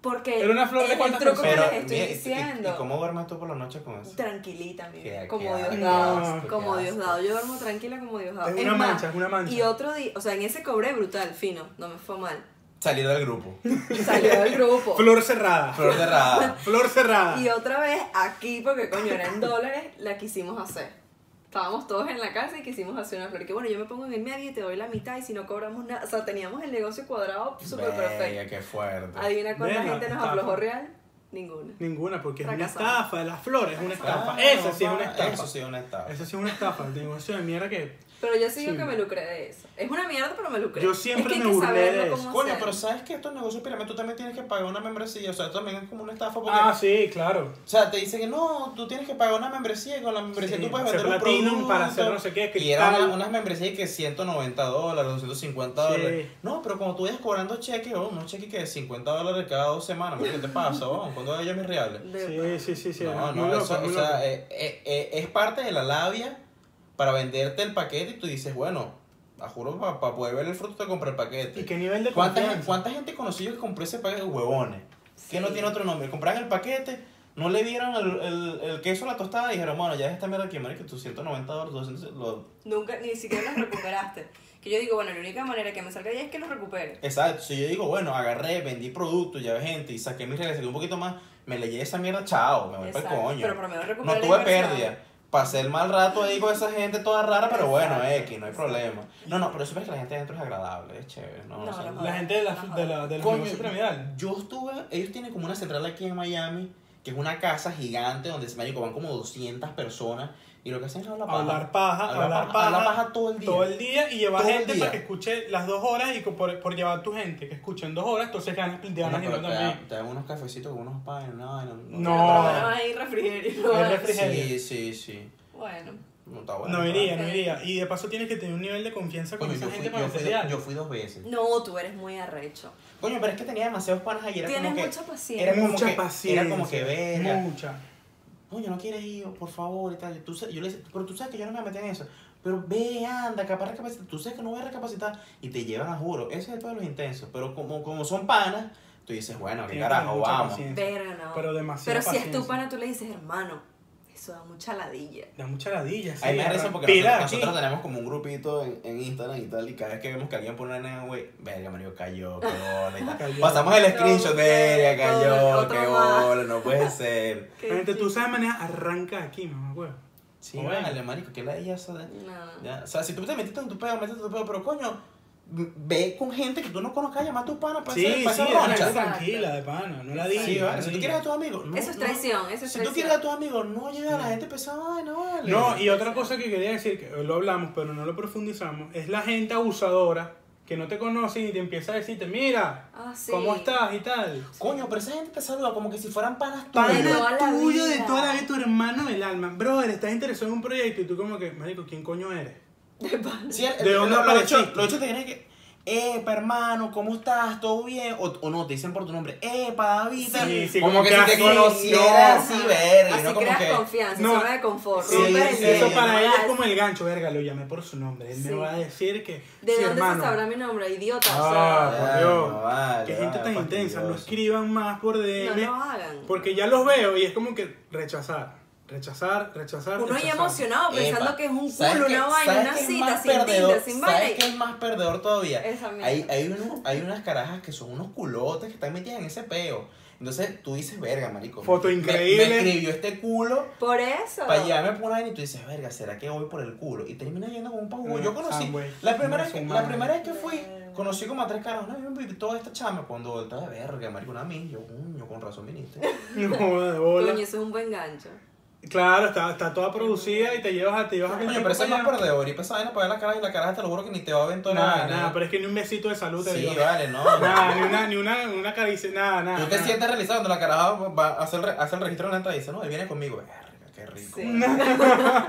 B: Porque
C: Era una flor de
B: el- el
C: cuántas
B: truco que
A: Pero,
B: les estoy
A: mira, y- y-
B: diciendo.
A: ¿y cómo duermes tú por la noche con eso?
B: Tranquilita, mi vida,
A: Qué-
B: como
A: qué
B: Dios
A: asco,
C: qué
B: dado.
A: asco,
B: Como
A: qué
B: Dios
A: asco.
B: dado. Yo duermo tranquila como Dios dado.
C: Es una
B: más,
C: mancha, es una mancha.
B: Y otro día, o sea, en ese cobré brutal, fino, no me fue mal.
A: Salir del grupo.
B: Salió del grupo.
C: Flor cerrada.
A: Flor cerrada.
C: Flor cerrada.
B: Y otra vez aquí, porque coño, era en dólares, la quisimos hacer. Estábamos todos en la casa y quisimos hacer una flor. Que bueno, yo me pongo en el medio y te doy la mitad y si no cobramos nada. O sea, teníamos el negocio cuadrado súper perfecto.
A: Verga, ¡Qué fuerte!
B: Adivina cuánta
C: Verga,
B: gente nos
C: estafa.
B: aflojó real. Ninguna.
C: Ninguna, porque es una
B: Fracasamos.
C: estafa. Las flores es una estafa.
A: Ah,
C: Esa sí es una
A: ah,
C: estafa.
A: Eso sí es una estafa.
C: Eso sí es una estafa, el negocio de mierda que...
B: Pero yo sí digo
C: Sí.
B: que me lucré de eso. Es una mierda, pero me lucré.
C: Yo
B: Es
C: siempre
B: que hay
C: me
B: que
C: burlé
B: saberlo
C: de
B: cómo
C: eso.
A: Coño,
B: hacer.
A: pero sabes que estos negocios pirámides tú también tienes que pagar una membresía. O sea, esto también es como una estafa. Porque,
C: Ah, sí, claro.
A: O sea, te dicen que no, tú tienes que pagar una membresía y con la membresía
C: Sí,
A: tú puedes
C: hacer
A: vender un
C: platinum
A: producto.
C: para hacer no sé qué,
A: Y eran
C: cristal.
A: una- unas membresías que 190 dólares, 250
C: Sí.
A: dólares. No, pero cuando tú vayas cobrando cheques, oh, unos cheques que de 50 dólares cada dos semanas, ¿qué te pasa? Oh, ¿Cuándo doy yo mis reales?
B: De
C: Sí, sí, sí, sí.
A: no,
C: muy
A: no,
C: loco,
A: eso, o
C: muy loco.
A: sea, eh, eh, eh, es parte de la labia para venderte el paquete y tú dices, bueno, a juro, para poder ver el fruto te compré el paquete.
C: ¿Y qué nivel de
A: ¿Cuánta, gen-
C: confianza?
A: cuánta gente conocí yo que compró ese paquete de huevones? Que
B: Sí.
A: no tiene otro nombre. Compraron el paquete, no le dieron el, el, el queso a la tostada y dijeron, bueno, ya es esta mierda aquí, marico, tus 190 dólares, 200... Lo...
B: Nunca, ni siquiera los recuperaste. Que yo digo, bueno, la única manera que me salga ya es que los recupere.
A: Exacto. Si yo digo, bueno, agarré, vendí producto, ya ve gente, y saqué mis reales, saqué un poquito más, me leí esa mierda, chao, me voy para el
B: Exacto,
A: pues, coño.
B: Pero por lo menos
A: No
B: recuperar la
A: tuve
B: inversión.
A: pérdida. Pasé el mal rato ahí con esa gente toda rara, pero bueno,
B: Exacto,
A: X, no hay
B: exacto.
A: problema. No, no, pero eso es que la gente adentro es agradable, es chévere. No,
B: No,
A: O sea,
B: no,
C: La gente de la, de la, de los
A: Coño,
C: negocios piramidal.
A: Yo estuve, ellos tienen como una central aquí en Miami, que es una casa gigante donde se marico, van como 200 personas y lo que hacen es hablar paja.
C: Hablar paja,
A: Hablar
C: hablar
A: paja,
C: paja.
A: hablar paja todo el día.
C: Todo el día y llevar
A: Todo el
C: gente
A: día.
C: para que escuche las dos horas y co- por, por llevar tu gente que escuche en dos horas, entonces ganas, te
A: Bueno,
C: ganas
A: pero
C: dinero
A: te, dan-
C: también.
A: te dan unos cafecitos con unos panes, no, no,
B: Pero
C: No.
B: bueno, hay refrigerio. ¿no?
C: Hay refri-
A: Sí, sí, sí.
B: Bueno,
A: No está bueno.
C: No
A: está
C: iría,
A: bueno.
C: no iría. Y de paso tienes que tener un nivel de confianza con
A: Coño,
C: esa
A: yo
C: gente
A: fui,
C: para
A: yo,
C: que te
A: fui,
C: lean.
A: yo fui dos veces.
B: no, tú eres muy arrecho.
A: Coño, pero es que tenía demasiados panas ayer. Era
B: Tienes
A: como que,
B: mucha paciencia.
A: era como
C: Mucha
A: que,
C: paciencia.
A: Era como que verga.
C: Mucha.
A: Coño, no quieres ir, por favor, y tal. Tú, sa- yo le decía, pero tú sabes que yo no me voy a meter en eso. Pero ve, anda, capaz recapacitar. Tú sabes que no voy a recapacitar. Y te llevan a juro. Ese es el peor de los intensos. Pero como, como son panas, tú dices, bueno, qué
C: Tienes que tener
A: carajo,
C: mucha
A: vamos.
C: paciencia.
B: Verga, no.
C: Pero demasiada
B: Pero si es tu
C: paciencia.
B: pana, tú le dices, hermano, eso da mucha ladilla.
C: Da mucha ladilla.
A: Ahí me da risa porque
C: respira
A: nosotros,
C: aquí.
A: nosotros tenemos como un grupito en, en Instagram y tal. Y cada vez que vemos que alguien pone una nena, güey, verga, marico, cayó, qué bola y tal.
C: Cayó.
A: Pasamos el
B: No,
A: screenshot, verga,
B: otro-
A: cayó,
B: otro
A: qué
B: más.
A: bola, no puede ser.
B: Qué
C: Gente, tú
B: chiste.
C: sabes manejar, arranca aquí, mamá, huevo.
A: Sí,
C: Bueno.
A: vale, marico, que la ella sabe.
B: No.
A: Ya, O sea, si tú te metiste en tu pedo, metiste en tu pedo, pero coño, m- ve con gente que tú no conozcas, llama a tus panas para
C: Sí,
A: hacer,
C: sí,
A: para hacer
C: déjala
A: roncha.
B: exacto.
C: tranquila, de pana, no la
B: Sí,
C: digas.
A: Sí,
C: no
A: vale. Si tú
C: digas.
A: quieres a tus amigos, no,
B: Eso es
A: no.
B: traición, eso es
A: Si tú
B: traición.
A: quieres a tus amigos, no llegues a la gente pesada, no vale.
C: No, y otra cosa que quería decir, que lo hablamos, pero no lo profundizamos, es la gente abusadora que no te conoce y te empieza a decirte, mira,
B: Ah, sí.
C: ¿cómo estás? y tal.
A: Coño, pero esa gente te saluda como que si fueran panas
B: Pana.
A: tuyas.
B: toda la vida.
C: vida, tu hermano del alma. Brother, estás interesado en un proyecto y tú como que, marico, ¿quién coño eres?
B: De pana.
A: Sí, el-
C: ¿De
A: el-
C: dónde
A: lo- lo hecho,
C: apareciste?
A: lo hecho te tiene que. Epa, hermano, ¿cómo estás? ¿Todo bien? O, o no, te dicen por tu nombre. Epa, David. tal.
C: Sí, sí,
A: como
C: como
A: que
C: que
A: si te
C: así,
A: conociera
C: no.
A: así, verga. y
B: Así
A: No como
B: creas
A: que.
B: confianza,
C: No.
B: zona de confort.
A: Sí,
B: romper el
A: sí,
B: hielo,
C: eso para ella es
B: moral.
C: como el gancho, verga, lo llamé por su nombre. Él
B: Sí.
C: me va a decir que.
B: ¿De
C: sí,
B: dónde
C: hermano.
B: se sabrá mi nombre? Idiota. o
C: Ah,
B: sea,
C: por
A: Ay,
C: Dios.
A: no, vale,
C: Qué gente
A: vale,
C: tan intensa, no
A: fastidioso.
C: escriban más por DM.
B: no lo hagan.
C: Porque ya los veo y es como que rechazar, rechazar, rechazar.
B: Uno ya
C: rechazar.
B: emocionado pensando
A: Epa,
B: que es un
A: ¿sabes
B: culo,
A: qué-
B: una
A: sabes
B: vaina, una
A: qué es
B: cita,
A: más
B: sin
A: perdedor?
B: Tinder, sin
A: ¿Sabes
B: vaina.
A: qué es más perdedor todavía?
B: Esa mierda.
A: Hay, hay, uno- hay unas carajas que son unos culotes que están metidas en ese peo. Entonces tú dices, verga, marico.
C: Foto
A: me-
C: increíble.
A: Me, escribió este culo
B: Por eso.
A: para llevarme por ahí y tú dices, verga, ¿será que voy por el culo? Y terminas yendo con un pavo.
C: No,
A: Yo conocí,
C: Samway,
A: la primera,
C: no
A: vez
C: son
A: que, la
C: malos.
A: primera vez que fui, conocí como a tres caras. No, yo me invitó esta chama cuando voltaba de verga, marico, una mí. Yo, coño, con razón viniste.
C: No, de
B: Coño,
C: bola.
B: eso es un buen gancho.
C: Claro, está, está toda producida y te llevas a. Te llevas a
A: Coño, pero ese es más perdedor. Y pues, vaina para ver la cara y la cara te lo juro que ni te va a ver en toda la
C: Nada,
A: vaina.
C: nada, pero es que ni un besito de salud te
A: Sí,
C: digo.
A: vale, no.
C: Nada, ni una, ni una, una caricia, nada, nada.
A: Tú te
C: nada.
A: sientes realizado cuando la caraja va a hacer, re- hace el registro en la entrada y dice, no, él viene conmigo. Verga, qué rico.
B: Sí.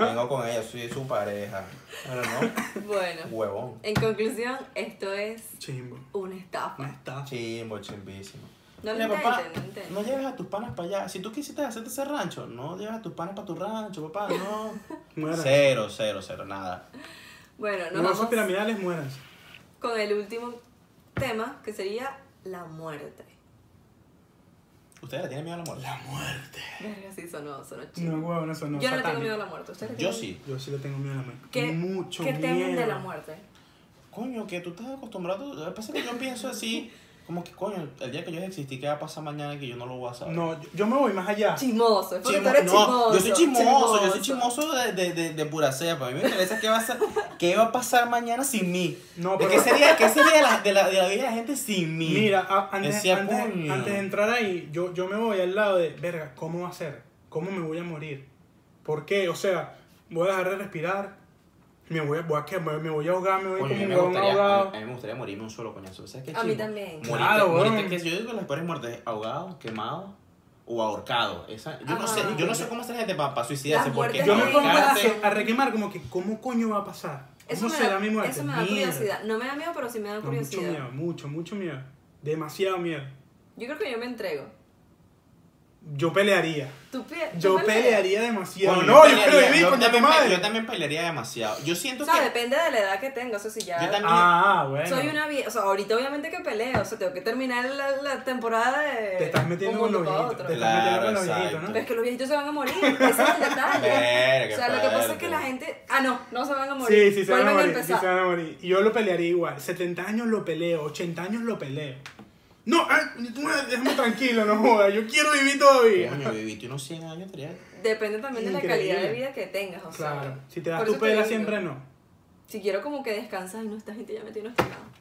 A: Vengo con ella, soy su pareja. Pero no,
B: Bueno,
A: huevón.
B: en conclusión, esto es
C: Chimbo.
B: una
C: No
B: estafa.
C: está.
A: Chimbo, chimbísimo.
B: No lo
A: Mira, papá,
B: intenten, no intenten.
A: no lleves a tus panas para allá. Si tú quisiste hacerte ese rancho, no lleves a tus panas para tu rancho, papá, no.
C: Mueran.
A: Cero, cero, cero, nada.
B: Bueno, nos
C: No son
B: vamos
C: piramidales, mueran.
B: con el último tema, que sería la muerte.
A: ¿Ustedes le tienen miedo a la muerte?
C: muerte.
B: Verga, sí sonó, sonó chido.
C: No, huevón, eso no.
B: Yo no le
C: satánico.
B: tengo miedo a la muerte. ¿Ustedes le
A: Yo
B: tienen-
A: sí.
C: Yo sí le tengo miedo a la muerte.
B: ¿Qué,
C: Mucho
B: ¿qué
C: miedo.
B: temen de la muerte?
A: Coño, que tú estás acostumbrado. Lo que pasa es que yo pienso así, como que, coño, el día que yo existí, ¿qué va a pasar mañana que yo no lo voy a saber?
C: No, yo, yo me voy más allá.
B: Chismoso, es porque
A: Chismo-
B: tú eres
A: no,
B: chismoso.
A: yo soy chismoso, yo soy chismoso de, de, de, de pura cepa. A mí me interesa qué va a, ser- qué va a pasar mañana sin mí.
C: No,
A: ¿De
C: pero-
A: ¿Qué sería, qué sería de, la, de, la, de la vida de la gente sin mí?
C: Mira, a- antes,
A: Decía,
C: antes,
A: coño.
C: antes de entrar ahí, yo, yo me voy al lado de, verga, ¿cómo va a ser? ¿Cómo me voy a morir? ¿Por qué? O sea, voy a dejar de respirar, me voy, a- voy a, que- me, me voy a ahogar, me voy
A: Coño, a, mí
C: como
A: me
C: un huevón
A: gustaría, a, mí,
C: ahogado.
A: a mí me gustaría morirme un solo coñazo. ¿Sabes qué
B: A mí
A: chimbo?
B: también.
A: Morirte,
C: Claro,
A: morirte,
C: weón.
A: que yo digo que las peores muertes, ahogado, quemado o ahorcado. Esa, yo,
B: Ajá.
A: no sé, yo no sé cómo hacer gente para suicidarse
B: Las
A: porque
B: muertes
C: Yo me pongo a,
B: Ahogarte.
C: a requemar como que, ¿cómo coño va a pasar?
B: Eso
C: ¿Cómo
B: me,
C: será
B: da,
C: mi muerte?
B: eso me da
C: Mierda.
B: curiosidad. No me da miedo, pero sí me da
C: No, mucho
B: curiosidad.
C: miedo, mucho, mucho miedo. Demasiado miedo.
B: yo creo que yo me entrego.
C: Yo pelearía.
B: ¿Tú pie- tú
C: Yo
B: peleas?
C: pelearía demasiado.
A: Coño,
C: no, yo
A: pelearía,
C: quiero vivir
A: yo
C: con tu
A: también pe-
C: madre.
A: Yo también pelearía demasiado. Yo siento
B: O sea,
A: que.
B: depende de la edad que tenga. O sea, si ya
A: Yo también-
C: Ah, bueno.
B: soy una vieja. O sea, ahorita obviamente que peleo. O sea, tengo que terminar la, la temporada de.
C: Te estás metiendo
B: un
C: con los
B: mundo pa'
C: viejitos.
B: otro.
C: Te estás
A: Claro,
C: metiendo con los
A: exacto.
C: viejitos, ¿no?
B: Pero es que los viejitos se van a morir. Ese es el detalle.
A: Verga,
B: o
A: qué
B: sea, lo que pasa es que
A: fuerte.
B: la gente. Ah, no, no se van a morir.
C: Sí, sí se van
B: Vuelven
C: a morir, sí
B: empezar.
C: se van a morir. Y yo lo pelearía igual. 70 años lo peleo, 80 años lo peleo. No, ay, tú me- déjame tranquilo, no jodas. Yo quiero vivir todavía.
A: Coño, viviste unos 100 años, estaría-
B: Depende también de la
C: Increíble.
B: calidad de vida que tengas. O sea,
C: Claro, si te das
B: por
C: tu
B: eso te
C: pela
B: digo,
C: siempre no.
B: Si quiero como que descansas y no estás gente ya metido en este lado.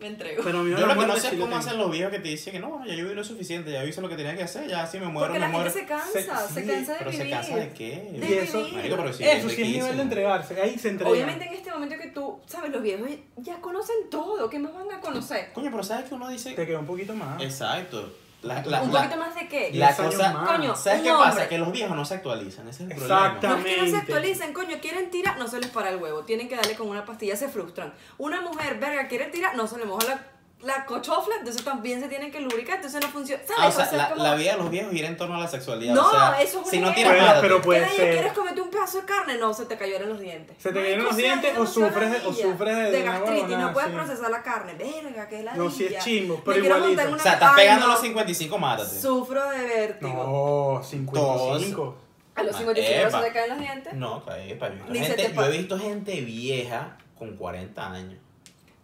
B: Me entrego.
C: Pero mi
A: Yo lo que no sé es cómo hacen los viejos que te dicen que no, ya yo viví lo suficiente, ya hice lo que tenía que hacer, ya si me muero, me
B: Porque la gente
A: muero.
B: se cansa,
C: Se-
B: se,
C: sí,
B: cansa de
A: Pero
B: vivir.
A: se cansa de qué?
B: De
C: Y eso-
B: vivir.
A: Marico, pero sí,
C: Eso sí es
A: riquísimo.
C: nivel de entregarse. Ahí se entrega.
B: Obviamente en este momento que tú, sabes, los viejos ya conocen todo, ¿qué más van a conocer?
A: Coño, pero sabes que uno dice.
C: Te queda un poquito más.
A: Exacto. La, la,
B: Un
A: la-
B: poquito más de qué.
A: la
C: Diez años
A: cosa.
C: más.
B: Coño,
A: ¿Sabes
B: un
A: qué
B: hombre.
A: pasa? Que los viejos no se actualizan, ese es el problema.
C: Exacto.
B: No es que no se
C: Exactamente.
B: actualicen, coño, quieren tirar, no se les para el huevo, tienen que darle con una pastilla, se frustran. Una mujer, verga, quiere tirar, no se le moja la, la cochofla, entonces también se tienen que lubricar, entonces no funciona. ¿Sabes?
A: Ah, o
B: O
A: sea,
B: sea,
A: la,
B: como-
A: la vida de los viejos gira en torno a la sexualidad.
B: No,
A: o sea,
B: eso es una
A: Si no
B: idea.
A: tienes
B: Bueno,
A: nada.
C: pero puede
B: ¿Qué
C: ser.
B: ¿Quieres comerte un pedazo de carne? No, se te cayeron los dientes.
C: Se te cayeron
B: Marico,
C: los
B: o sea,
C: dientes
B: tienes
C: o
B: demasiada
C: sufres de- o
B: ladilla.
C: sufres de- de
B: de
C: una
B: gastritis,
C: huevonada,
B: no puedes
C: sí.
B: procesar la carne. Verga, qué ladilla.
C: No, sí es chimbo,
B: Me
C: pero
B: quiero
C: igualito.
B: montar en
A: O
B: una-
A: sea, estás
B: Ay,
A: pegando
B: no.
A: los 55, mátate.
B: Sufro de vértigo.
C: No, 55.
B: A los
A: Ah,
B: 55 no se
A: epa.
B: te caen los dientes.
A: No, cae, pa, yo, he visto
B: Ni se
A: gente-
B: te pa-
A: yo he visto gente vieja con 40 años.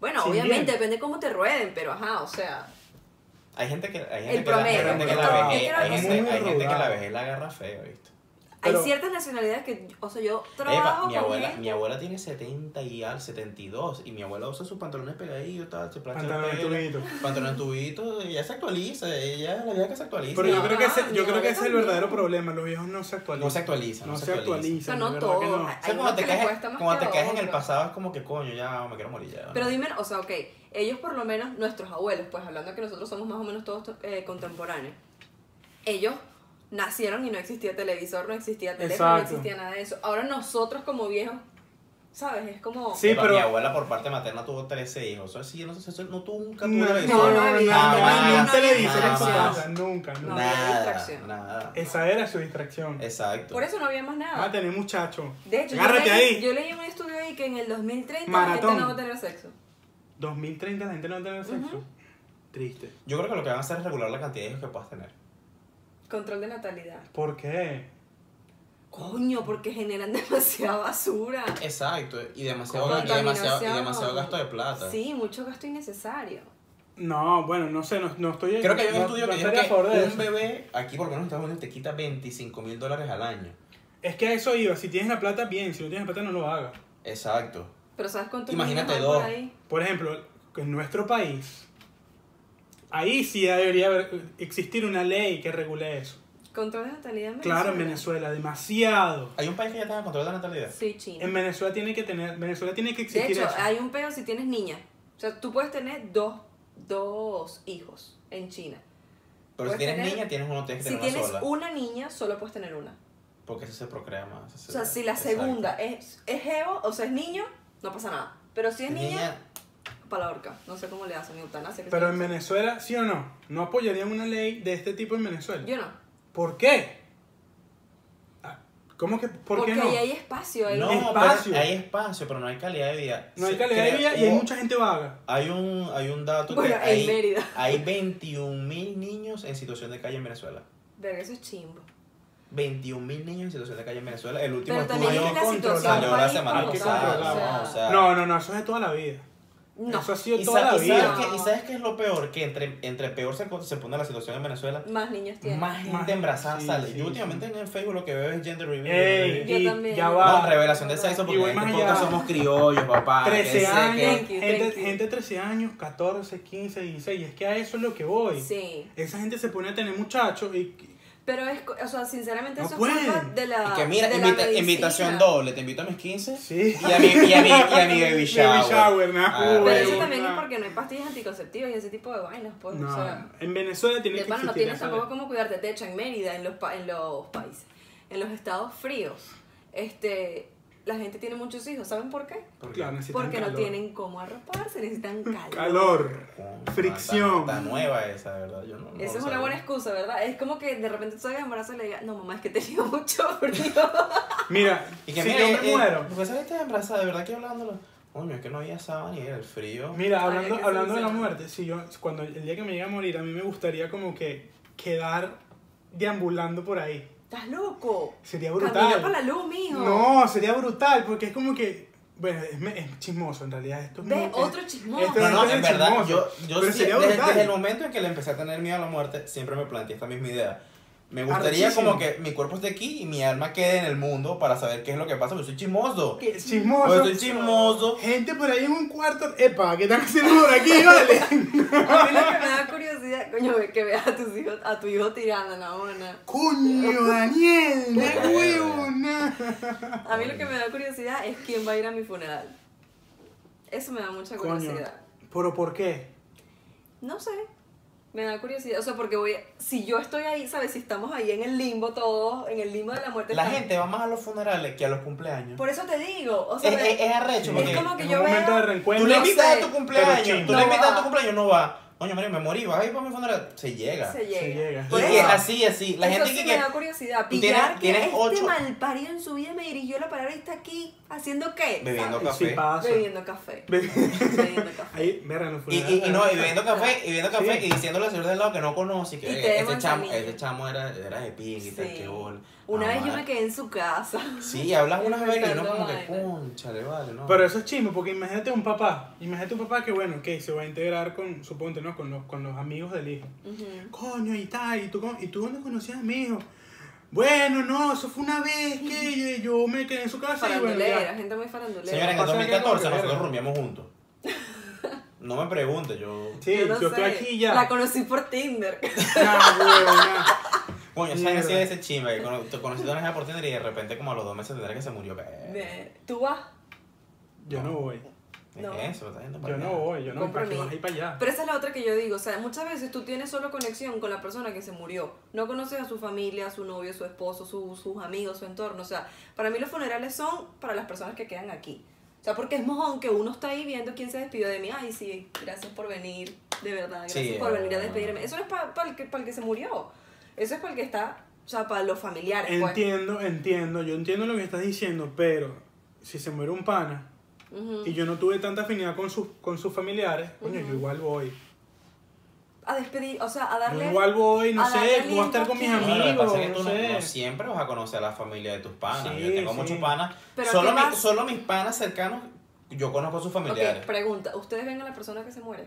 B: Bueno,
C: Sí,
B: obviamente,
C: bien.
B: depende cómo te rueden, pero ajá, o sea.
A: Hay gente que, hay gente
B: El
A: que, la, hay
B: promedio,
A: gente que
B: el
A: la
B: promedio.
A: vejez, hay
B: Es
A: gente,
C: muy
A: hay gente que la
C: rural.
A: vejez la agarra feo, ¿viste?
C: Pero-
B: hay ciertas nacionalidades que, o sea, yo trabajo
A: Eva, mi
B: con
A: abuela,
B: gente-
A: mi abuela tiene 70 y al 72 y mi abuela usa sus pantalones pegaditos, tal, se plancha
C: Pantalón
A: el
C: de
A: pelo,
C: tubito.
A: Pantalón tubito, ella se actualiza, ella es la vieja que se actualiza.
C: Pero yo
B: No,
C: creo que ese,
B: mi
C: yo creo que
B: abuela
C: ese es el
B: también.
C: verdadero problema. Los viejos no se actualizan.
A: no se actualiza,
C: No, se actualizan.
B: O sea,
C: de
B: no
C: verdad que
B: todos.
C: no.
B: hay-
A: O
B: hay
A: sea, cuando
B: unos
A: te
B: que les
A: caes,
B: cuesta más
A: cuando
B: que
A: te
B: a
A: caes en el
B: otros.
A: pasado es como que coño, ya me quiero morir ya.
B: Pero dime, o sea, ok, ellos por lo menos, nuestros abuelos, pues hablando que nosotros somos más o menos todos eh, contemporáneos, ellos nacieron y no existía televisor, no existía teléfono, no
C: Exacto.
B: existía nada de eso. Ahora nosotros como viejos, ¿sabes? Es como...
C: Sí,
A: Eva,
C: pero-
A: mi abuela por parte materna tuvo 13 hijos, eso sí, no, sé, eso no tuvo un
C: No,
A: capítulo de
B: no, no,
C: no, no,
B: no,
A: no,
C: no, televisor
A: no,
C: en su
A: no,
C: casa, nunca,
B: no,
C: nunca.
B: había
A: Nada,
B: distracción.
A: nada.
C: Esa era su distracción.
A: Exacto.
B: Por eso no había más
C: Va a
B: nada.
C: tener muchacho.
B: De hecho, yo
C: agárrate
B: leí,
C: ahí.
B: yo leí en un estudio ahí que en el 2030 la
C: Maratón.
B: gente no va a tener sexo.
C: 2030 la gente no va a tener sexo. Triste.
A: Yo creo que lo que van a hacer es regular la cantidad de hijos que puedas tener.
B: Control de natalidad.
C: ¿Por qué?
B: Coño, porque generan demasiada basura.
A: Exacto, y demasiado, y
B: Contaminación.
A: demasiado, y demasiado gasto de plata.
B: Sí, mucho gasto innecesario.
C: No, bueno, no sé, no, no estoy.
A: Creo que hay un
C: no-
A: estudio
C: no
A: que dice
C: estaría a favor de
A: que
C: eso.
A: un bebé, aquí por lo menos en Estados Unidos, te quita 25 mil dólares al año.
C: Es que a eso iba. Si tienes la plata, bien. Si no tienes la plata, no lo hagas.
A: Exacto.
B: Pero ¿sabes cuántos
A: Imagínate
B: niños hay por
A: dos.
B: ahí?
C: Por ejemplo, en nuestro país, ahí sí debería haber- existir una ley que regule eso.
B: Control de natalidad en Venezuela.
C: Claro, en Venezuela, demasiado.
A: ¿Hay un país que ya tenga control de la natalidad?
B: Sí, China.
C: En Venezuela tiene que tener, Venezuela tiene que
B: De
C: existir
B: hecho,
C: eso.
B: hay un peo si tienes niña. O sea, tú puedes tener dos, dos hijos en China.
A: Pero
B: Puedes
A: si tienes
B: tener-
A: niña, tienes uno, tienes que
B: Si
A: tener una
B: tienes
A: sola.
B: una niña, solo puedes tener una.
A: Porque eso se procrea más.
B: O sea, si la segunda es, es Evo, o sea, es niño, no pasa nada. Pero si es niña, para la horca. No sé cómo le hacen eutanasia. que
C: Pero
B: se
C: en
B: dice.
C: Venezuela, ¿sí o no? No apoyarían una ley de este tipo en Venezuela.
B: Yo no.
C: ¿Por qué? Ah, ¿Cómo que por
B: porque
C: qué no?
B: ahí hay espacio. Ahí
A: No,
C: Espacio.
A: pero hay espacio, pero no hay calidad de vida.
C: No hay
A: Se
C: calidad de
A: crea-
C: vida y hay
A: hubo-
C: mucha gente vaga.
A: Hay un, hay un dato
B: Bueno,
A: que
B: en
A: hay,
B: Mérida.
A: hay 21 mil niños en situación de calle en Venezuela.
B: Verga, eso es chimbo.
A: 21 mil niños en situación de calle en Venezuela. El último
B: Pero también
A: estudio
B: es la
C: controlado.
B: situación
A: salió la
B: país
A: semana
B: como
C: hay que
A: pasada.
B: tal,
C: controlar,
A: ¿no? O sea,
C: No, no, no, eso es de toda la vida.
B: no.
C: Eso ha sido
A: y,
C: toda
A: sa-
C: la
A: y sabes
C: vida.
A: que, y sabes qué es lo peor, que entre, entre peor se, co- se pone la situación en Venezuela,
B: Más niños tienen.
A: más gente
C: Más-
A: embarazada
C: sí,
A: sale.
C: sí,
A: Yo últimamente en Facebook lo que veo es gender reveal.
C: Ey,
A: gender reveal.
B: Yo
C: y
B: también.
C: ya va.
A: No, revelación de sexo porque
C: Y voy
A: en este
C: más
A: podcast
C: allá.
A: somos criollos, papá. ah, que
C: 13
A: sé
C: años,
A: que-
B: Thank you,
C: gente,
B: thank you.
C: gente 13 años, 14, 15, 16. Y es que a eso es lo que voy.
B: Sí.
C: Esa gente se pone a tener muchachos y.
B: Pero es, co- o sea, sinceramente
C: No
B: eso es
C: pueden.
B: culpa de la.
A: Y que mira,
B: de la
A: invita-
B: medicina.
A: invitación doble, te invito a mis 15
C: Sí.
A: y a mi, y a mi, y a mi baby shower.
C: shower, ¿no?
A: Ah,
B: Pero eso
C: Huevo,
B: también es
C: no.
B: porque no hay pastillas anticonceptivas y ese tipo de vainas, pues.
C: No,
B: o sea,
C: en Venezuela tiene
B: de
C: que
B: pana no
C: existir
B: tienes
C: esa
B: tampoco
C: ley.
B: cómo cuidarte. De hecho, en Mérida, en los, pa- en los países, en los estados fríos, este, la gente tiene muchos hijos. ¿Saben por qué?
A: Porque-
C: Claro, necesitan
B: Porque no
C: calor.
B: tienen cómo arroparse, necesitan calor.
C: calor.
A: Coño,
C: Fricción.
A: Está, está nueva esa, de ¿verdad? Yo no, no
B: Esa
A: lo
B: es una
A: sabía.
B: buena excusa, ¿verdad? Es como que de repente tú salgas embarazada y le digas, no, mamá, es que tenía mucho frío.
C: Mira,
A: Y que
C: si
A: mira,
C: yo me
A: eh,
C: muero.
A: Porque sabes que estás embarazada, de verdad que hablándolo. Coño, es que no había sábana y era el frío.
C: Mira,
B: Ay,
C: hablando,
B: hay que
C: hablando de la
B: solucionar.
C: muerte, si yo, cuando el día que me llegue a morir, a mí me gustaría como que quedar deambulando por ahí.
B: ¿Estás loco?
C: Sería
B: Camina para la
C: brutal.
B: luz, mijo.
C: No, sería brutal, porque es como que. Bueno, es, me- es chismoso en realidad. Esto es
B: Ve
C: muy-
B: otro
C: es-
B: chismoso.
C: esto
A: No, no,
C: Pero
A: en
C: es
A: verdad,
C: chismoso.
A: yo, yo
C: Pero
A: sí,
C: sería
A: desde,
C: brutal.
A: desde el momento en que le empecé a tener miedo a la muerte, siempre me planteé esta misma idea. Me gustaría
C: Arrechísimo.
A: como que mi cuerpo esté aquí y mi alma quede en el mundo para saber qué es lo que pasa, porque soy chismoso.
B: Qué
C: es
A: Porque
C: chismoso.
A: soy chismoso.
C: Gente por ahí en un cuarto. Epa, ¿qué están haciendo por aquí? Vale.
B: A mí lo que me da curiosidad, coño, ve que veas a tus hijos, a tu hijo tirando, no, no.
C: Coño, Daniel,
A: Verga.
C: no huevo, na.
B: A mí lo que me da curiosidad es quién va a ir a mi funeral. Eso me da mucha
C: Coño.
B: curiosidad.
C: Pero ¿por qué?
B: No sé. Me da curiosidad. O sea, porque voy. Si yo estoy ahí, ¿sabes? Si estamos ahí en el limbo todos, en el limbo de la muerte.
A: La
B: estamos-
A: gente va más a los funerales que a los cumpleaños.
B: Por eso te digo. O sea,
A: Es, es,
B: ve-
A: es arrecho,
B: Es
A: porque
B: como que
C: Eh, en
B: yo
C: un momento
B: veo-
C: de reencuentro.
A: tú le
B: no
A: invitas
B: sé.
A: a tu cumpleaños,
C: Pero
A: tú le
B: chimbo.
A: invitas a
B: No
A: tu
B: va.
A: cumpleaños, no va. Coño, Mario, me morí, vas a ir para mi funeral. Se llega.
B: se llega.
C: llega.
B: Por
A: Y
B: eso,
A: que así, así. La
B: eso
A: gente
B: sí
A: que,
B: me
A: que-
B: da curiosidad.
A: tú tienes-
B: Pillar
A: tienes
B: que este
A: ocho-
B: malparido en su vida me dirigió la palabra y está aquí haciendo qué.
A: Bebiendo
B: ¿sabes?
A: Café.
C: Sí pasa.
B: Bebiendo café. Bebiendo café.
C: Ahí, verga, los
A: y, y, y no, y bebiendo café, y bebiendo café,
C: Sí.
A: y diciéndole al señor del lado que no conoce, que
B: Y
A: "Oye,
B: te de
A: ese chamo,
B: manzanilla".
A: ese chamo era, era de pinga y tal,
B: Sí.
A: qué bola.
B: Una
A: Ah,
B: vez yo
A: vale.
B: me quedé en su casa.
A: Sí, hablas unas veces y uno como que,
B: Inventando vaina.
A: concha, le vale, no.
C: Pero eso es chismo, porque imagínate un papá, imagínate un papá que bueno, que se va a integrar con, suponte, ¿no? Con los, con los amigos del hijo.
B: Ujú.
C: Coño, y tal, ¿y tú, cómo- y tú dónde conocías a mi hijo? Bueno, no, eso fue una vez que yo, yo me quedé en su casa y bueno,
B: Farandulera,
C: ya.
B: gente muy farandulera.
A: Señora, en el
C: O sea, que
A: 2014
C: como que
A: nosotros
C: verga.
A: rumbiamos juntos. No me preguntes, yo.
C: Sí, yo,
B: no sé,
C: estoy aquí ya.
B: La conocí por Tinder.
C: Ya, huevo, ya.
A: Coño, esa
C: Mierda.
A: gente sí es ese chimba que cono- te conocí una vez por Tinder y de repente, como a los dos meses, tendrá que se murió. ¿Qué
B: Ve, ¿Tú vas?
C: Yo no voy.
B: No.
A: es eso? Estás yendo para
C: Yo no
A: allá.
C: voy, yo no voy. ¿Para qué
B: Compromiso.
C: vas a ir para allá?
B: Pero esa es la otra que yo digo, o sea, muchas veces tú tienes solo conexión con la persona que se murió. No conoces a su familia, a su novio, su esposo, su- sus amigos, su entorno. O sea, para mí los funerales son para las personas que quedan aquí. O sea, porque es mojón que uno está ahí viendo quién se despidió de mí. Ay, sí, gracias por venir, de verdad, gracias
A: Sí,
B: por
A: eh,
B: venir a despedirme. Eso no es para el, que, para el que se murió. Eso es para el que está, o sea, para los familiares. pues.
C: Entiendo, entiendo, yo entiendo lo que estás diciendo, pero si se muere un pana
B: Ujú.
C: y yo no tuve tanta afinidad con sus, con sus familiares, coño,
B: Ujú.
C: yo igual voy.
B: A despedir, o sea,
C: Yo
B: a darle...
C: igual voy, no
B: a darle
C: sé, voy a estar con mis
B: aliento
A: No, lo que
C: amigos,
A: pasa es que tú
C: no
A: no, no
C: sé.
A: siempre vas a conocer a la familia de tus panas.
C: Sí,
A: yo tengo
C: sí.
A: muchos panas.
B: Pero
A: Solo,
B: ¿qué
A: mi-
B: más?
A: solo mis panas cercanos, yo conozco a sus
B: Ok,
A: familiares.
B: pregunta, ¿ustedes ven a la persona que se muere?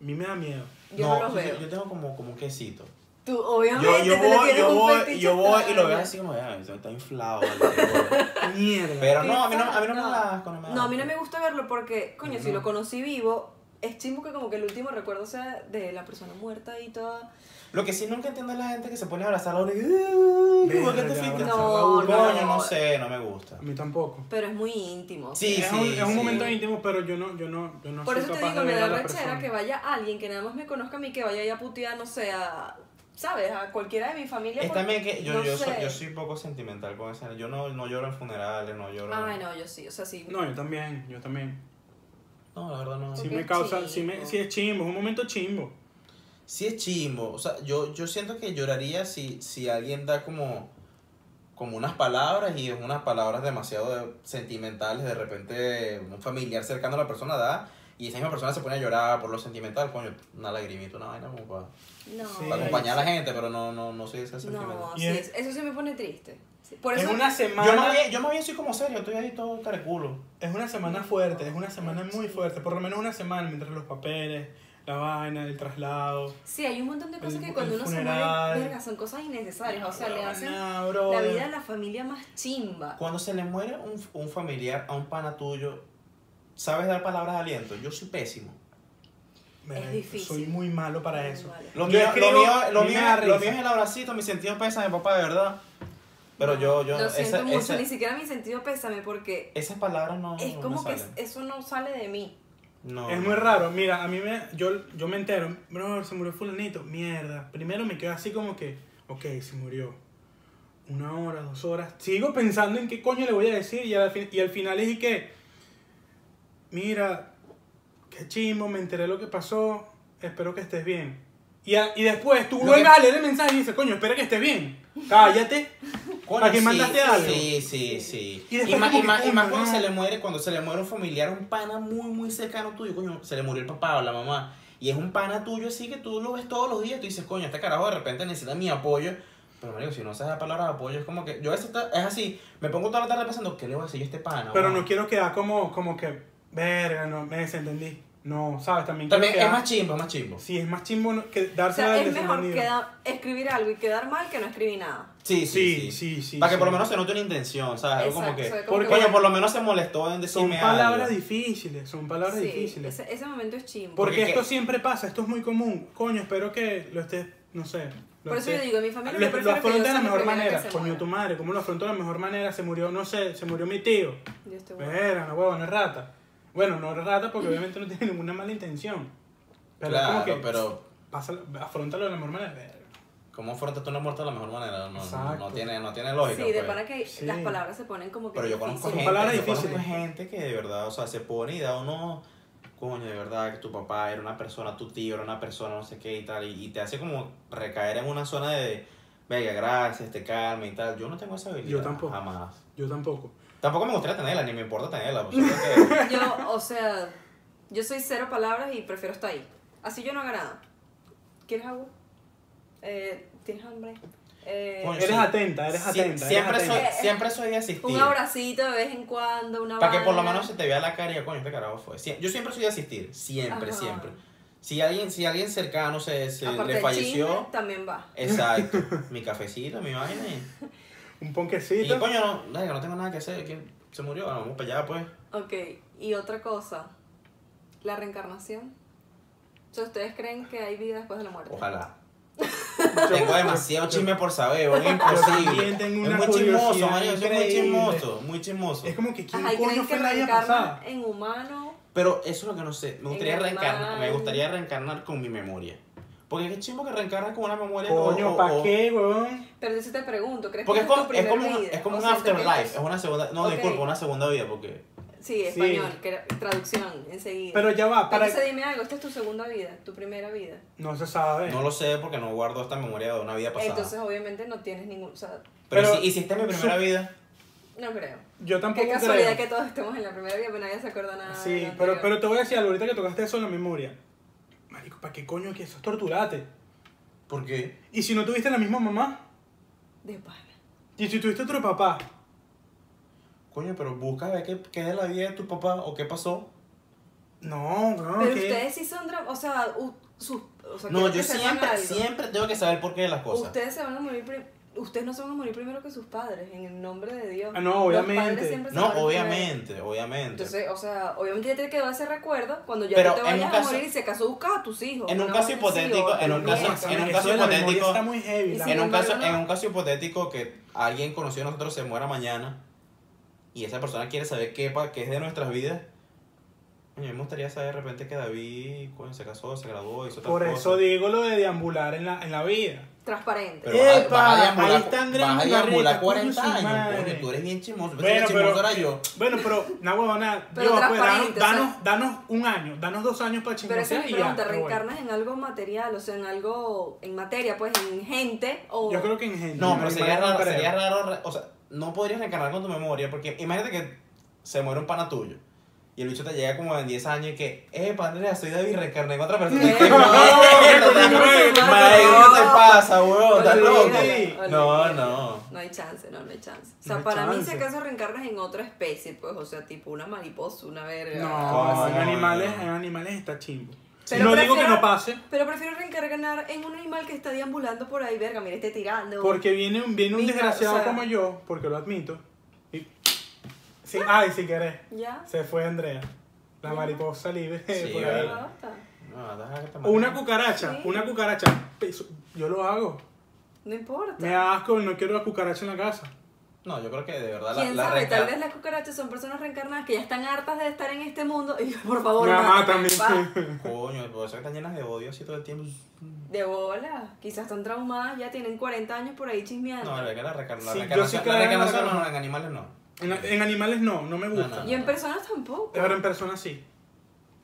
C: A mí me da miedo.
B: Yo no, los veo.
A: Yo, yo tengo como, como un quesito.
B: Tú,
A: Yo,
B: obviamente,
A: yo
B: tú le
A: voy,
B: tienes
A: yo
B: un
A: voy,
B: fetiche
A: yo voy y lo
B: extraño.
A: veo así como, "Ay, se está inflado. vale".
C: Mierda.
A: Pero no, a mí no, a mí no me
B: No.
A: da asco, no me da
B: No, a mí no
A: asco.
B: me gusta verlo porque, coño, si
A: No.
B: lo conocí vivo, es chimbo que como que el último recuerdo sea de la persona muerta y toda.
A: Lo que sí nunca entiendo es la gente que se pone a abrazar a la oreja. "Ay, ¿Cómo que te
C: Verga,
A: fuiste?".
C: abrazar
B: No,
C: la
A: Coño,
C: boca.
A: no sé, no me gusta.
C: A mí tampoco.
B: Pero es muy íntimo.
A: Sí,
C: es
A: sí,
C: un, es un
A: sí.
C: momento íntimo, pero yo no, yo no, yo no
B: Por
C: soy
B: eso te
C: capaz
B: digo,
C: de
B: me
C: ver a
B: da
C: la
B: rechera
C: persona.
B: que vaya alguien que nada más me conozca a mí, que vaya ahí a putear, no sé, a ¿sabes? A cualquiera de mi familia.
A: Es
B: porque
A: también que yo,
B: no
A: yo, soy,
B: sé.
A: yo soy poco sentimental con esa. Yo no, no lloro en funerales, no lloro.
B: Ay, no, yo sí, o sea, sí.
C: No, yo también, yo también.
A: No, la verdad no.
B: Sí.
A: Sí,
C: Si
B: Porque
C: me
B: es
C: causa, si,
B: chimbo.
C: me, si es chimbo, es un momento chimbo.
A: es chimbo. O sea, yo, yo siento que lloraría si, si alguien da como, como unas palabras y es unas palabras demasiado de- sentimentales. De repente, un familiar cercano a la persona da. Y esa misma persona se pone a llorar por lo sentimental, coño, una lagrimita, una vaina como para,
B: No.
C: Sí.
A: para acompañar a la gente, pero no, no, no soy ese sentimental.
B: No,
C: Y
B: sí,
C: es-
B: es- eso sí me pone triste. Sí, Por
C: Es
B: eso
C: una semana.
A: Yo más, bien, yo más bien soy como serio, estoy ahí todo caraculo.
C: Es una semana fuerte, es una semana muy fuerte. Por lo menos una semana, mientras los papeles, la vaina, el traslado.
B: Sí, hay un montón de cosas
C: El-
B: que cuando
C: el
B: uno se
C: funeral.
B: muere, verga, son cosas innecesarias. O sea, le hacen
C: Nah,
B: la
C: brother.
B: vida a la familia más chimba.
A: Cuando se le muere un, un familiar a un pana tuyo, ¿sabes dar palabras de aliento? Yo soy pésimo.
C: Verga,
B: Es difícil.
C: Soy muy malo para
B: Muy
C: eso.
B: malo.
A: Lo
C: Yo
A: mío,
C: escribo,
A: lo mío, lo
C: a mí me
A: mío-
C: da
A: lo
C: risa.
A: mío es el abracito, mi sentido pesa mi papá, de verdad. Pero yo, yo,
B: Lo siento
A: esa-
B: mucho,
A: esa-
B: ni siquiera mi sentido pésame porque
A: esas palabras no.
B: es
A: no
B: como
A: me
B: que
A: salen.
B: eso no sale de mí.
A: No.
C: Es muy raro, mira, a mí me, yo, yo me entero, bro, se murió fulanito, mierda. Primero me quedo así como que, ok, se murió. Una hora, dos horas. Sigo pensando en qué coño le voy a decir y al, fin- y al final es y que, mira, qué chimbo, me enteré lo que pasó, espero que estés bien. Y, a- y después tú
A: Lo
C: vuelves
A: que-
C: a leer el mensaje y dices, coño, espera que estés bien. Cállate.
A: Coño,
C: ¿Para que
A: sí,
C: mandaste algo?
A: Sí, sí, sí.
C: Y
A: Y,
C: después
A: más,
C: como
A: y
C: que,
A: más- y
C: coño,
A: más cuando
C: no.
A: se le muere, cuando se le muere un familiar, un pana muy, muy cercano tuyo, coño, se le murió el papá o la mamá. Y es un pana tuyo así que tú lo ves todos los días, tú dices, coño, este carajo de repente necesita mi apoyo. Pero marico, si no se da palabra de apoyo, es como que. Yo a veces ta- es así, me pongo toda la tarde pensando, ¿qué le voy a decir yo a este pana?
C: Pero
A: weón?
C: no quiero quedar como, como que, verga, no, me desentendí. No, ¿sabes? También, quiero
A: También es
C: quedar-
A: más chimbo, es más chimbo.
C: Sí, es más chimbo no- que
B: O
C: darse
B: sea,
C: al
B: es mejor
C: desentendido.
B: queda- escribir algo y quedar mal que no escribir nada.
A: Sí, sí,
C: Sí, sí, sí.
A: Para que
C: sí.
A: por lo menos se note una intención, ¿sabes? Algo como
B: Exacto, o sea,
A: que.
B: como
C: porque,
B: que,
A: Coño,
B: bueno,
A: por lo menos se molestó en
C: Son
A: decirme
C: palabras
A: algo.
C: difíciles, son palabras
B: sí,
C: difíciles.
B: Ese, ese momento es chimbo.
C: Porque
A: Porque
C: esto
A: que-
C: siempre pasa, esto es muy común. Coño, espero que lo estés, no sé. lo
B: Por eso
C: estés-
B: yo digo, mi familia
C: Lo,
B: yo
C: lo
B: prefiero que yo
C: afronté de
B: sea
C: la mejor
B: primera que
C: manera.
B: se
C: Coño,
B: muera.
C: tu madre, ¿cómo lo afrontó de la mejor manera? Se murió, no sé, se murió mi tío.
B: Dios te guarde.
C: Verga, no huevo, no es rata. Bueno, no es rata porque obviamente no tiene ninguna mala intención. Pero es
A: Claro,
C: como que
A: pero.
C: pásalo- afrontalo de la mejor manera. Verga.
A: ¿Cómo afrontas tú una muerte de la mejor manera? No, no,
C: Exacto.
A: tiene, no tiene lógica.
B: Sí, de
A: pues.
B: pana que
C: Sí.
B: las palabras se ponen como que
A: Pero yo conozco
B: difíciles.
A: gente,
C: palabras
A: yo conozco
C: difíciles.
A: gente que de verdad, o sea, se pone y da uno, coño, de verdad, que tu papá era una persona, tu tío era una persona, no sé qué y tal, y, y te hace como recaer en una zona de, venga, gracias, te calma y tal. Yo no tengo esa habilidad.
C: Yo tampoco.
A: Jamás.
C: Yo tampoco.
A: Tampoco me gustaría tenerla, ni me importa tenerla. pues, solo que-
B: Yo, o sea, yo soy cero palabras y prefiero estar ahí. Así yo no hago nada. ¿Quieres agua? Eh, ¿Tienes hambre? Eh,
A: Coño,
C: Eres
A: sí.
C: atenta, eres
A: Sie-
C: atenta.
A: siempre,
C: eres
A: soy,
C: atenta.
B: atenta.
A: siempre soy de asistir.
B: un abracito de vez en cuando, una
A: Para que por lo
B: vaina.
A: menos se te vea la cara y coño, este carajo fue. Sie- yo siempre soy de asistir, siempre,
B: Ajá.
A: siempre. Si alguien, si alguien cercano se, se
B: Aparte
A: le
B: del
A: falleció,
B: chisme, también va.
A: exacto, mi cafecito, mi vaina. y-
C: Un
A: Y,
C: ponquecito.
A: coño, no, verga, no tengo nada que hacer, ¿quién se murió? Bueno, vamos para allá pues.
B: Ok, y otra cosa, la reencarnación. O sea, ¿Ustedes creen que hay vida después de la muerte?
A: Ojalá.
C: Yo-
A: Tengo demasiado chisme por saber, es imposible.
C: también tengo
A: es
C: una
A: muy chismoso,
C: curiosidad
A: Mario, soy muy
C: increíble.
A: chismoso, muy chismoso.
C: Es como que quién
B: Ajá, ¿y
C: coño
B: creen que
C: fue la vida pasada.
B: reencarnan en humano?
A: Pero eso es lo que no sé. Me gustaría
B: En
A: reencarnar, me
B: animal.
A: gustaría reencarnar con mi memoria. Porque qué chingo que reencarnas con una memoria. o-
C: Coño,
A: o-
C: ¿pa'
A: o-
C: qué, weón?
B: Pero yo sí te pregunto, ¿crees
A: Porque
B: que
A: es
B: esa
A: como,
B: tu
A: es
B: primer
A: como, un-
B: vida?
A: es como
B: O
A: un
B: sea, ¿tú
A: afterlife,
B: crees-
A: es una segunda, no,
B: Ok.
A: disculpa, una segunda vida, porque
B: Sí,
C: Sí.
B: español, que era- traducción, enseguida.
C: Pero ya va, para...
B: Entonces dime algo, esta es tu segunda vida, tu primera vida.
C: No se sabe.
A: no lo sé, porque no guardo esta memoria de una vida pasada.
B: Entonces obviamente no tienes ningún... O sea,
A: pero,
C: pero-
A: si, y si esta es mi primera
C: su-
A: vida,
B: no creo.
C: Yo tampoco
B: Qué casualidad
C: creo.
B: que todos estemos en la primera vida, pero nadie se acuerda nada. de
C: Sí,
B: lo
C: pero,
B: anterior.
C: pero te voy a decir algo, ahorita que tocaste eso en la memoria. Marico, ¿para qué coño que eso es torturate?
A: ¿por qué?
C: ¿Y si no tuviste la misma mamá?
B: De pana.
C: ¿Y si tuviste otro papá?
A: Coño, pero busca ver qué, qué es la vida de tu papá o qué pasó.
C: No, no,
B: Pero
C: ¿qué?
B: ustedes sí son... dra- O sea, u- sus... o sea,
A: Ah, No,
B: creo que
A: yo
B: sepan
A: siempre,
B: algo.
A: siempre tengo que saber por qué de las cosas.
B: Ustedes se van a morir prim- Ustedes no se van a morir primero que sus padres, en el nombre de Dios.
C: Ah, no,
B: Los
C: obviamente.
B: padres siempre se
A: No,
B: mueren primero.
A: obviamente, obviamente.
B: Entonces, o sea, obviamente ya te quedó ese recuerdo cuando ya
A: Pero
B: tú te
A: en un
B: vayas
A: caso-
B: a morir y se casó buscas a tus hijos.
A: En un
B: una
A: caso
B: vaina así,
A: hipotético,
B: o-
A: en un
C: No,
A: caso-
C: eso-
A: en un
C: eso
A: caso
C: de la memoria
A: hipotético-
C: está muy heavy.
B: Y
C: la-
B: sin
A: en, un caso,
B: embargo, no.
A: en un caso hipotético que alguien conocido a nosotros se muera mañana y esa persona quiere saber qué, pa- qué es de nuestras vidas, coño, a mí me gustaría saber de repente que David coño, se casó, se graduó, hizo tal
C: Por
A: cosa.
C: eso digo lo de deambular en la, en la vida.
B: transparente.
A: Pero vas a-
C: ¡Epa!
A: vas a
C: Ahí
A: deambular-
C: están
A: vas a
C: grandes
A: deambular
C: barretas, coño,
A: 40
C: su
A: años,
C: madre.
A: coño, tú eres bien chismoso. Bueno,
C: Bueno,
A: pero,
C: pero,
A: chismoso era yo.
C: bueno, pero, una huevona,
B: Pero
C: yo, pues, danos,
B: transparente, o sea-
C: danos, danos un año, danos dos años para
B: Pero esa es
C: chingarse
B: mi
C: y ya.
B: pregunta,
C: pero bueno.
B: ¿reencarnas en algo material? O sea, en algo, en materia, pues, en gente o...
C: Yo creo que en gente.
A: No, pero
C: en
A: sería
C: animales
A: raro,
C: no
A: sería
C: creo.
A: raro, re- o sea, no podrías reencarnar con tu memoria, porque imagínate que se muere un pana tuyo. Y el bicho te llega como en 10 años y que, eh, Andrea, soy David, reencarné en otra persona.
B: Eh,
A: ¿Qué mierda,
B: no,
A: te-
C: no, no,
A: madre,
B: no.
A: ¿Qué te pasa, weón? ¿Estás
B: Olvídalo,
A: loco?
B: olvídalo.
A: No, no.
B: No hay chance, no, no hay chance. O sea,
C: No hay
B: para mí, si
C: chance.
B: acaso reencarnas en otra especie, pues, o sea, tipo una mariposa, una verga.
C: No,
A: No,
C: en
A: no,
C: animales,
A: no.
C: en animales está chimbo.
B: Pero
C: no digo
B: prefiero-
C: que no pase,
B: Pero prefiero reencarnar en un animal que está deambulando por ahí, verga, mira, esté tirando.
C: porque viene un, viene un
B: Mija,
C: desgraciado
B: o sea-
C: como yo, porque lo admito. Y... Sí, ay, si querés.
B: Ya.
C: Se fue Andrea. La mariposa libre.
A: Sí,
C: por ahí.
A: vale.
B: Ya basta.
A: No, deja que te
C: O Una
A: maten.
C: cucaracha,
B: Sí.
C: una cucaracha. Eso- Yo lo hago.
B: No importa.
C: Me da asco, no quiero la cucaracha en la casa.
A: No, yo creo que de verdad la,
B: ¿Quién
A: la
B: sabe?
A: reencar-
B: Tal vez las cucarachas son personas reencarnadas que ya están hartas de estar en este mundo y por favor,
C: Me
B: mátame,
C: mátame.
B: pa.
A: Coño, por eso que están llenas de odio así todo el tiempo.
B: De bola. Quizás están traumadas, ya tienen 40 años por ahí chismeando.
A: No, la verdad que la reencarn- la
C: Sí, yo
A: reencarnación,
C: sí
A: la
C: creo en la
A: reencarnación no,
C: reencarnación.
A: en animales no.
C: En, en animales no, no me gusta.
A: No, no.
B: y en personas tampoco.
C: Pero en persona sí.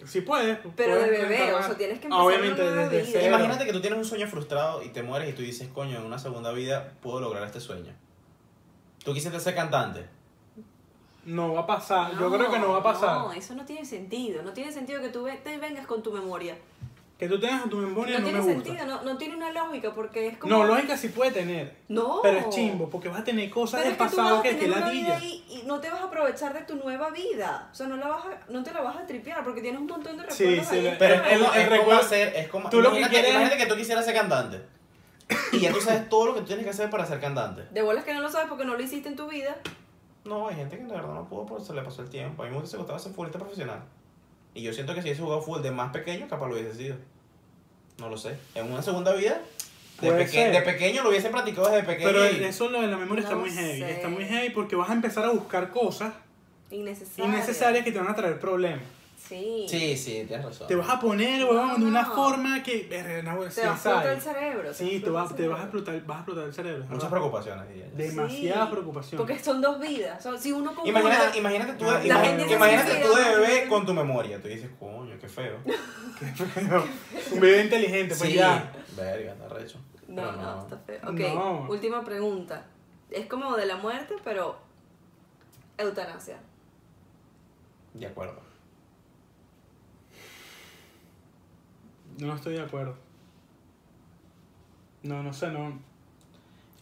C: Sí puedes.
B: Pero
C: puedes
B: de bebé,
C: reencarnar.
B: o sea, tienes que
C: Ah,
B: empezar
C: Obviamente,
B: una nueva
C: desde
B: vida.
C: cero.
A: Imagínate que tú tienes un sueño frustrado y te mueres y tú dices, coño, en una segunda vida puedo lograr este sueño. Tú quisiste ser cantante.
C: No va a pasar. Yo creo que no va a pasar.
B: No, eso no tiene sentido. No tiene sentido que tú ve- te vengas con tu memoria.
C: Que tú tengas tu memoria
B: No,
C: no,
B: tiene
C: me gusta.
B: sentido, no, no tiene una lógica porque es como.
C: No, lógica sí puede tener.
B: No.
C: Pero es chimbo, porque vas a tener cosas
B: Pero
C: del
B: es que tú vas
C: pasado
B: a
C: que que
B: tener una vida
C: ladilla.
B: ahí y no te vas a aprovechar de tu nueva vida. O sea, no, la vas a- no te la vas a tripear porque tienes un montón de
C: Sí,
B: recuerdos
C: sí,
B: ahí.
C: la-
A: Pero es
C: El-
A: como,
C: el
A: es como
C: recuerdo-
A: hacer, es como...
C: Tú lo que
A: imagínate,
C: quieres-
A: imagínate que tú quisieras ser cantante. Y ya tú sabes todo lo que tú tienes que hacer para ser cantante.
B: De bolas que no lo sabes porque no lo hiciste en tu vida.
A: No, hay gente que de verdad no pudo porque se le pasó el tiempo. A mí me hubiese gustado ser futbolista profesional. Y yo siento que si hubiese jugado fútbol de más pequeño, capaz lo hubiese sido. No lo sé. En una segunda vida, de,
C: Puede
A: peque-
C: ser.
A: de pequeño lo hubiese practicado desde pequeño.
C: Pero
A: y-
C: eso lo de la memoria está
B: No
C: muy heavy.
B: sé.
C: Está muy heavy porque vas a empezar a buscar cosas
B: Innecesario.
C: innecesarias que te van a traer problemas.
B: Sí.
A: Sí, sí, tienes razón.
C: Te vas a poner,
B: No,
C: huevón, de una
B: no.
C: forma que. verga, no,
B: Te
C: sí,
B: va a explotar
C: sabe.
B: el cerebro.
C: Sí, te,
B: va
C: vas, te vas a explotar, vas a explotar el cerebro.
A: Muchas
C: ¿verdad?
A: preocupaciones, diría yo.
C: Demasiada preocupación.
B: Porque son dos vidas. O sea, si uno como
A: Imagínate, imagínate tú,
C: La
A: imagina-
C: gente se
A: imagínate
B: suicida,
A: tú de
B: ¿no?
A: bebé con tu memoria. Tú dices, coño, qué feo.
C: Un bebé inteligente, pues
A: Sí.
C: ya.
A: Verga, está recho.
B: No,
A: Pero
B: no, está feo. Ok,
C: No.
B: última pregunta. Es como de la muerte, pero eutanasia.
A: De acuerdo.
C: No estoy de acuerdo. No, no sé, no.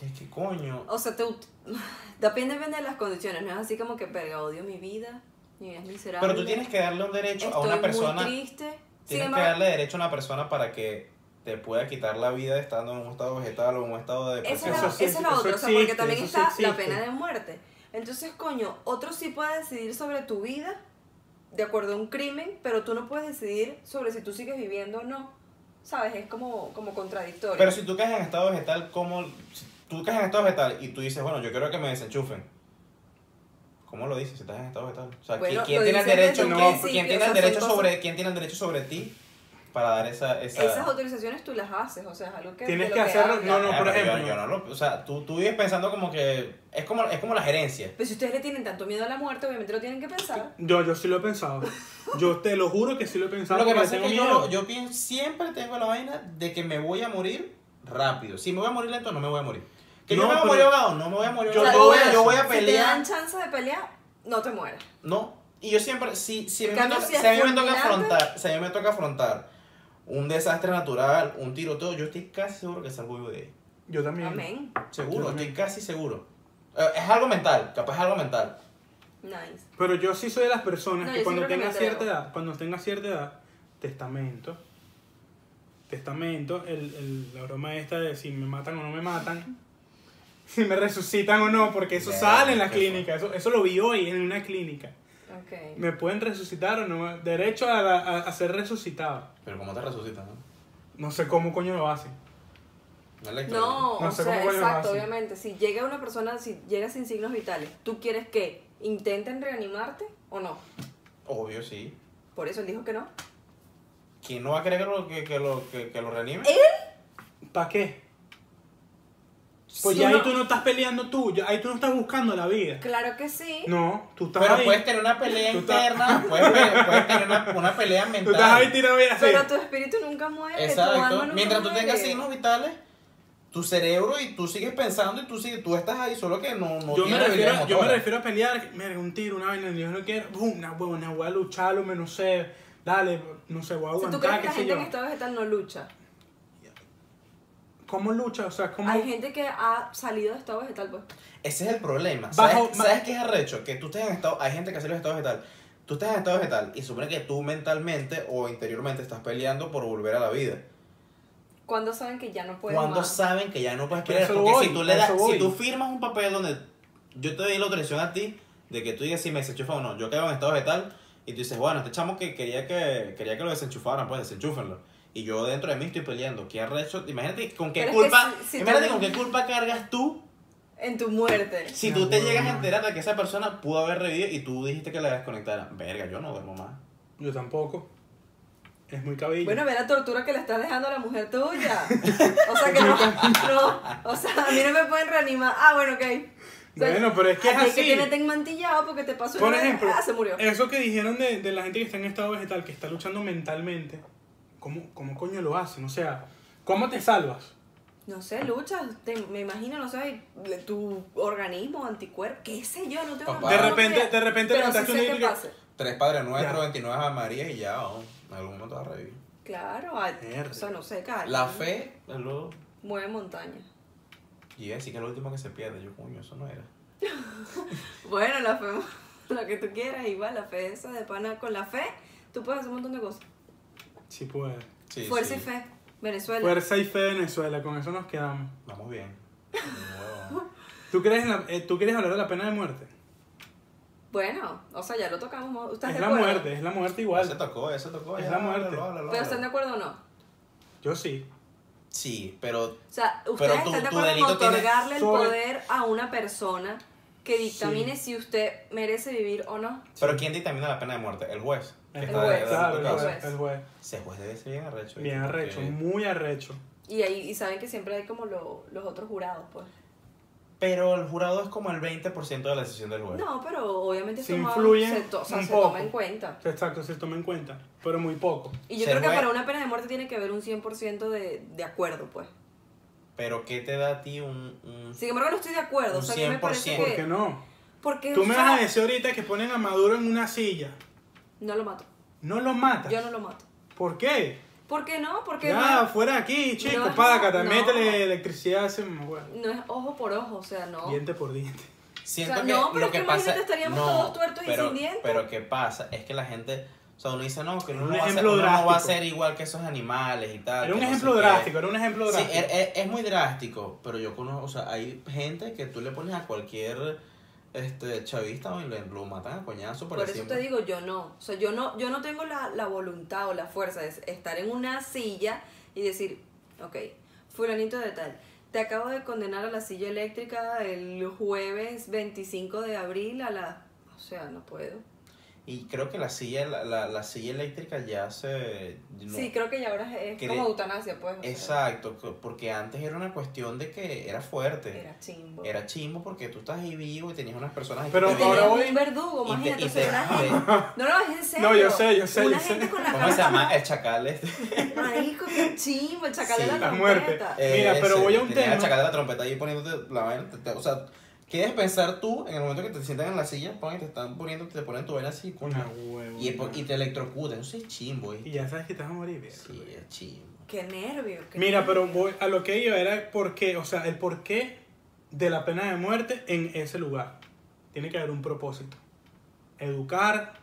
A: Es que coño.
B: O sea, te, ut- también depende de las condiciones, ¿no? Es así como que, verga, odio mi vida, mi vida es miserable.
A: Pero tú tienes que darle un derecho
B: Estoy
A: a una persona.
B: muy triste. Sin
A: Tienes que
B: embargo,
A: darle derecho a una persona para que te pueda quitar la vida estando en un estado vegetal o en un estado de
B: Esa
A: depresión.
B: es la,
C: Eso sí,
B: esa es la
C: eso
B: otra, o sea,
C: existe,
B: porque también
C: eso sí
B: está la
C: existe.
B: pena de muerte. Entonces, coño, otro sí puede decidir sobre tu vida de acuerdo a un crimen, pero tú no puedes decidir sobre si tú sigues viviendo o no. ¿Sabes? Es como, como contradictorio.
A: Pero si tú caes en estado vegetal, ¿cómo? Si tú caes en estado vegetal y tú dices, bueno, yo quiero que me desenchufen. ¿Cómo lo dices si estás en estado vegetal? O sea, ¿qui-
B: Bueno,
A: ¿quién,
B: lo
A: tiene el
B: dices
A: derecho,
B: desde
C: un
A: quién-
B: principio,
A: quién tiene
B: o
A: el
B: sea, son
A: derecho
B: cosas-
A: sobre, quién tiene el derecho sobre ti para dar esa, esa...
B: Esas autorizaciones tú las haces, o sea, es algo que...
C: Tienes
B: de lo
C: que hacerlo-
B: hablas.
C: no, no.
A: Ah,
C: por
A: pero yo-
C: ejemplo.
A: yo no lo- o sea, tú, tú vives pensando como que es como, es como la gerencia.
B: Pero si ustedes le tienen tanto miedo a la muerte, obviamente lo tienen que pensar.
C: Yo, yo sí lo he pensado. Yo te lo juro que sí lo he pensado.
A: Lo que
C: porque
A: pasa es
C: tengo
A: que yo,
C: miedo.
A: lo- yo pienso, siempre tengo la vaina de que me voy a morir rápido. Si me voy a morir lento, no me voy a morir. Que yo
C: No,
A: me voy a
C: pero-
A: morir ahogado, no me voy a morir
C: Yo
A: ahogado.
C: todo
A: voy a-
C: eso.
A: yo voy a
B: Si te
A: pelear.
B: dan chance de pelear, no te mueras.
A: No, y yo siempre, si, si, a mí me
B: cambio,
A: toca-
B: si es
A: si a mí me toca
B: fulminante-
A: afrontar, si a mí me toca afrontar un desastre natural, un tiroteo, yo estoy casi seguro que salgo vivo de ahí.
C: Yo también.
B: Amén.
A: Seguro,
C: Yo
A: estoy
C: también.
A: casi seguro. Eh, Es algo mental, capaz es algo mental.
B: Nice.
C: Pero yo sí soy de las personas
B: No, yo
C: que
B: sí
C: cuando
B: creo que me
C: tenga
B: entrego.
C: cierta edad, cuando tenga cierta edad, testamento. Testamento, el, el- la broma esta de si me matan o no me matan, si me resucitan o no, porque eso
A: Verga,
C: sale en la
A: qué
C: clínica, eso, eso lo vi hoy en una clínica.
B: Ok.
C: ¿Me pueden resucitar o no? Derecho a, la- a- a ser resucitado.
A: Pero como te resucitan, ¿no?
C: No sé cómo coño lo hacen.
A: No, es la historia.
B: No,
C: No
B: o
C: sé
B: sea,
C: cómo lo
B: exacto,
C: hacen.
B: obviamente. Si llega una persona, si llega sin signos vitales, ¿tú quieres que intenten reanimarte o no?
A: Obvio, sí.
B: Por eso él dijo que no.
A: ¿Quién no va a querer que lo, que, que lo, que, que lo reanime?
C: ¿Para qué? Pues
B: Sí,
C: ya ahí
B: no.
C: tú no estás peleando tú, ya ahí tú no estás buscando la vida.
B: Claro que sí.
C: No, tú estás
A: Pero
C: ahí.
A: puedes tener una pelea
C: Tú estás-
A: interna, puedes, pe- puedes tener una, una pelea
C: tú estás ahí
A: mental.
C: tirado y así.
B: Pero tu espíritu nunca muere. Tu alma
A: Exacto.
B: nunca
A: Mientras tú
B: muere.
A: tengas signos vitales, tu cerebro y tú sigues pensando y tú sigues, tú estás ahí, solo que no, no
C: yo, me
A: tienes
C: refiero,
A: habilidades
C: yo me
A: motoras.
C: refiero a pelear, mira, un tiro, una vaina, yo no quiero, boom, una huevona, voy a lucharlo, me no sé, dale, no sé, voy a
B: O sea, ¿Tú
C: aguantar,
B: crees que
C: qué
B: la
C: sé
B: gente
C: yo.
B: en estado vegetal no lucha?
C: ¿Cómo lucha? O sea, ¿cómo?
B: Hay gente que ha salido de estado vegetal, pues.
A: Ese es el problema. ¿Sabes,
C: Bajo- ma-
A: ¿sabes qué es arrecho? Que tú estés en estado, hay gente que hace los estados vegetal. Tú estás en estado vegetal y supone que tú mentalmente o interiormente estás peleando por volver a la vida.
B: ¿Cuándo saben que ya no pueden
A: Cuando
B: más?
A: saben que ya no puedes
C: Pero
A: pelear,
C: eso
A: porque
C: voy,
A: si tú le
C: eso
A: das,
C: voy.
A: si tú firmas un papel donde yo te doy la autorización a ti de que tú digas si me desenchufa o no, yo quedo en estado vegetal y tú dices, bueno, este chamo que quería que quería que lo desenchufaran, pues desenchúfenlo. Y yo dentro de mí estoy peleando. ¿Qué arrecho? Imagínate con qué
B: Pero es que
A: culpa,
B: si- si tú-
A: imagínate con qué culpa cargas tú
B: En tu muerte.
A: si
C: Ah,
A: tú te
C: bueno.
A: llegas a enterar de que esa persona pudo haber revivido y tú dijiste que la desconectaran. Verga, yo no duermo más.
C: Yo tampoco. Es muy cabello.
B: Bueno, ve la tortura que le estás dejando a la mujer tuya. O sea que no, no, o sea, a mí no me pueden reanimar. Ah, bueno, ok. O sea,
C: Bueno, pero es que es
B: a ti que
C: así.
B: tiene ten mantillado porque te pasó
C: Por
B: una vez,
C: ejemplo,
B: ah, se murió.
C: eso que dijeron de, de la gente que está en estado vegetal, que está luchando mentalmente, ¿cómo, cómo coño lo hacen? O sea, ¿cómo te salvas?
B: No sé, lucha, te- me imagino, no sé, le- tu organismo, anticuerpo, qué sé yo, no tengo
A: Papá.
C: De
B: la
A: Ah,
C: repente,
B: idea.
C: de repente
B: Pero sí
C: levantaste un
B: sé
C: hilo
B: que
C: y que-
B: pasa.
A: Tres padres nuestros,
C: Ya.
A: 29 Ave Marías y ya, oh, en algún momento vas a revivir.
B: Claro, ay,
C: Mierda.
B: o sea, no sé, cara.
A: La fe es lo
B: Mueve montaña.
A: Y así que es lo último que se pierde, yo coño, eso no era.
B: Bueno, la fe, lo que tú quieras, igual, la fe esa de pana, con la fe, tú puedes hacer un montón de cosas.
C: Sí puede.
A: Sí,
B: Fuerza
A: sí.
B: y fe, Venezuela.
C: Fuerza y fe Venezuela, con eso nos quedamos.
A: Vamos bien. De nuevo.
C: ¿Tú, crees en la- eh, ¿tú quieres hablar de la pena de muerte?
B: Bueno, o sea, ya lo tocamos. ¿no? ¿Ustedes
C: Es
B: de
C: la
B: acuerdo?
C: muerte, es la muerte
A: Se
C: igual.
A: tocó, eso tocó.
C: Es
A: ya,
C: la muerte.
A: háblalo, háblalo,
B: Pero están de
A: háblalo.
B: acuerdo o no? O
C: Yo sí.
A: Sí, pero
B: sea, ¿ustedes
A: tú-
B: están de
A: tu
B: acuerdo con
A: delito tiene-
B: otorgarle el
C: Soy-
B: poder a una persona que dictamine si usted merece vivir o no?
A: pero quién dictamina la pena de muerte? El juez. que
C: El
A: está
B: juez.
A: de- de-
C: Claro,
A: de-
C: el
A: de-
B: caso.
C: juez, el juez.
A: Ese juez debe ser bien arrecho.
C: Bien
A: porque-
C: arrecho, muy arrecho.
B: Y ahí y saben que siempre hay como lo- los otros jurados, pues.
A: Pero el jurado es como el 20% de la decisión del juez.
B: No, pero obviamente
C: Se
B: esto más-
C: influye
B: se, to- o sea,
C: un
B: se toma
C: poco.
B: en cuenta.
C: Exacto, se toma en cuenta, pero muy poco.
B: Y yo
A: Se
B: creo que
A: jue-
B: para una pena de muerte tiene que haber un 100% de, de acuerdo, pues.
A: Pero ¿qué te da a ti un, un-
B: Sin embargo, no estoy de acuerdo. O sea, a mí me parece
A: 100%.
C: ¿Por
B: que...
C: qué no?
B: Porque,
C: Tú
B: o
C: me
B: sea,
C: vas a decir ahorita que ponen a Maduro en una silla.
B: No lo mato.
C: No lo matas.
B: Yo no lo mato.
C: ¿Por qué?
B: ¿Por qué no? Porque...
C: Ya,
B: no-
C: fuera aquí, chico,
B: No,
C: págata,
B: no.
C: métele electricidad a ese mamagüey.
B: no es ojo por ojo, o sea, no.
C: Diente por diente.
A: Siento
B: O sea,
A: que
B: no, pero
A: lo
B: es
A: que,
B: que
A: pasa.
B: imagínate, estaríamos
A: no,
B: todos tuertos y
A: pero,
B: sin dientes.
A: Pero ¿qué pasa? Es que la gente. O sea, uno dice, no, que
C: Un
A: uno, no va, a ser,
C: ejemplo
A: uno no va a
C: drástico.
A: ser igual que esos animales y tal.
C: Era
A: Ah, que
C: un
A: no sé
C: ejemplo
A: qué".
C: drástico, era un ejemplo
A: Sí,
C: drástico.
A: es, es- es muy drástico, pero yo conozco, o sea, hay gente que tú le pones a cualquier este chavista y le- lo matan a coñazo por,
B: Por eso
A: encima.
B: te digo, yo no. O sea, yo no, yo no tengo la, la voluntad o la fuerza de estar en una silla y decir, ok, fulanito de tal, te acabo de condenar a la silla eléctrica el jueves 25 de abril a la... O sea, no puedo.
A: Y creo que la silla, la, la- la silla eléctrica ya se... no-
B: Sí, creo que ya ahora es
A: Cre-
B: como eutanasia, pues. o sea,
A: Exacto, co- porque antes era una cuestión de que era fuerte. Era,
B: Era chimbo.
A: chimbo porque tú estás ahí vivo y tenías unas personas ahí
C: Pero
A: que
B: Y
A: te
B: tenías
C: ahora
A: veían.
C: voy-
B: un verdugo,
A: y te-
B: imagínate.
A: y
B: o sea,
A: te-
B: una gente- No lo es en serio.
C: No, yo sé, yo sé,
B: Una
C: yo
B: gente
C: sé.
B: con la
A: ¿Cómo se
B: cara.
A: llama? El chacal este.
B: Marico, qué chimbo, el chacal
A: Sí,
B: de la,
A: la
C: muerte.
B: trompeta.
C: Eh, Mira, pero
A: ese,
C: voy a un
A: tenía
C: tema.
A: El chacal de la trompeta ahí poniéndote la vaina. te- te- o sea, ¿qué debes pensar tú en el momento que te sientan en la silla? Pon, y te están poniendo, te ponen tu vaina así, coño.
C: Una huevo.
A: Y, es por- y te electrocutan. Eso es chimbo,
C: Y
A: ¿eh?
C: ya sabes que te vas a morir. verga.
A: Sí, es chimbo.
B: Qué nervio. qué
C: Mira, pero
B: nervio.
C: voy- a lo que iba era porque, o sea, el porqué de la pena de muerte en ese lugar. Tiene que haber un propósito. Educar,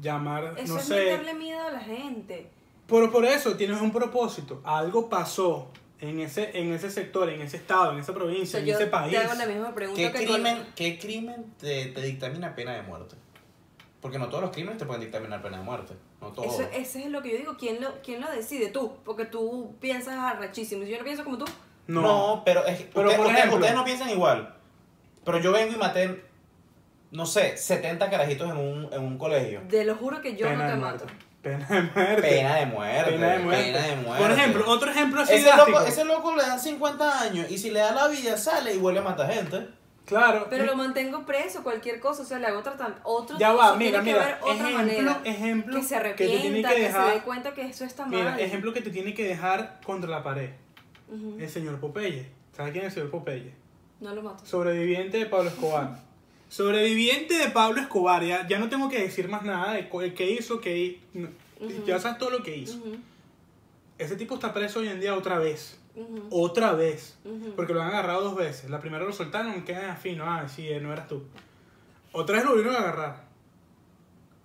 C: llamar,
B: Eso
C: no
B: es
C: sé.
B: meterle miedo a la gente.
C: Pero por eso tienes un propósito. Algo pasó en ese, en ese sector, en ese estado, en esa
B: O sea,
C: provincia, en
B: yo
C: ese país.
B: te hago la misma pregunta
A: ¿Qué
B: que
A: crimen,
B: con-
A: ¿Qué crimen te, te dictamina pena de muerte? Porque no todos los crímenes te pueden dictaminar pena de muerte. No todos.
B: Eso, ese es lo que yo digo. ¿Quién lo, ¿Quién lo decide? Tú. Porque tú piensas arrachísimo. Si yo no pienso como tú,
A: No.
C: No.
A: pero es que
C: Pero,
A: usted-
C: por
A: usted-
C: ejemplo-
A: ustedes no piensan igual. Pero yo vengo y maté, no sé, 70 carajitos en un, en un colegio.
B: te lo juro que yo
C: Pena
B: no
C: de
B: te
C: muerte.
B: mato.
C: Pena de muerte.
A: Pena de muerte.
C: Pena de muerte.
A: Pena de muerte.
C: Por ejemplo, otro ejemplo así
A: Ese loco,
C: drástico.
A: ese loco le dan 50 años y si le da la vida sale y vuelve a matar gente.
C: Claro.
B: Pero lo mantengo preso, cualquier cosa, o sea, le hago otra tam- otro
C: Ya
B: o
C: va,
B: sea, tiene
C: mira,
B: que
C: mira.
B: haber otra
C: Ejemplo,
B: manera.
C: ejemplo.
B: que se
C: te tiene
B: arrepienta,
C: que
B: que, se
C: dejar-
B: dé cuenta que eso está mal.
C: Mira, ejemplo que te tiene que dejar contra la pared.
B: Ujú.
C: El señor Popeye. ¿Sabes quién es el señor Popeye?
B: No lo mato.
C: Sobreviviente de Pablo Escobar. Sobreviviente de Pablo Escobar. Ya, ya no tengo que decir más nada de co- qué hizo, qué hi- no,
B: Ujú.
C: Ya sabes todo lo que hizo.
B: Ujú,
C: Ese tipo está preso hoy en día otra vez.
B: ujú,
C: Otra vez.
B: ujú.
C: Porque lo han agarrado dos veces. La primera lo soltaron, quedan afino. Ah, sí, eh, no eras tú. Otra vez lo volvieron a agarrar.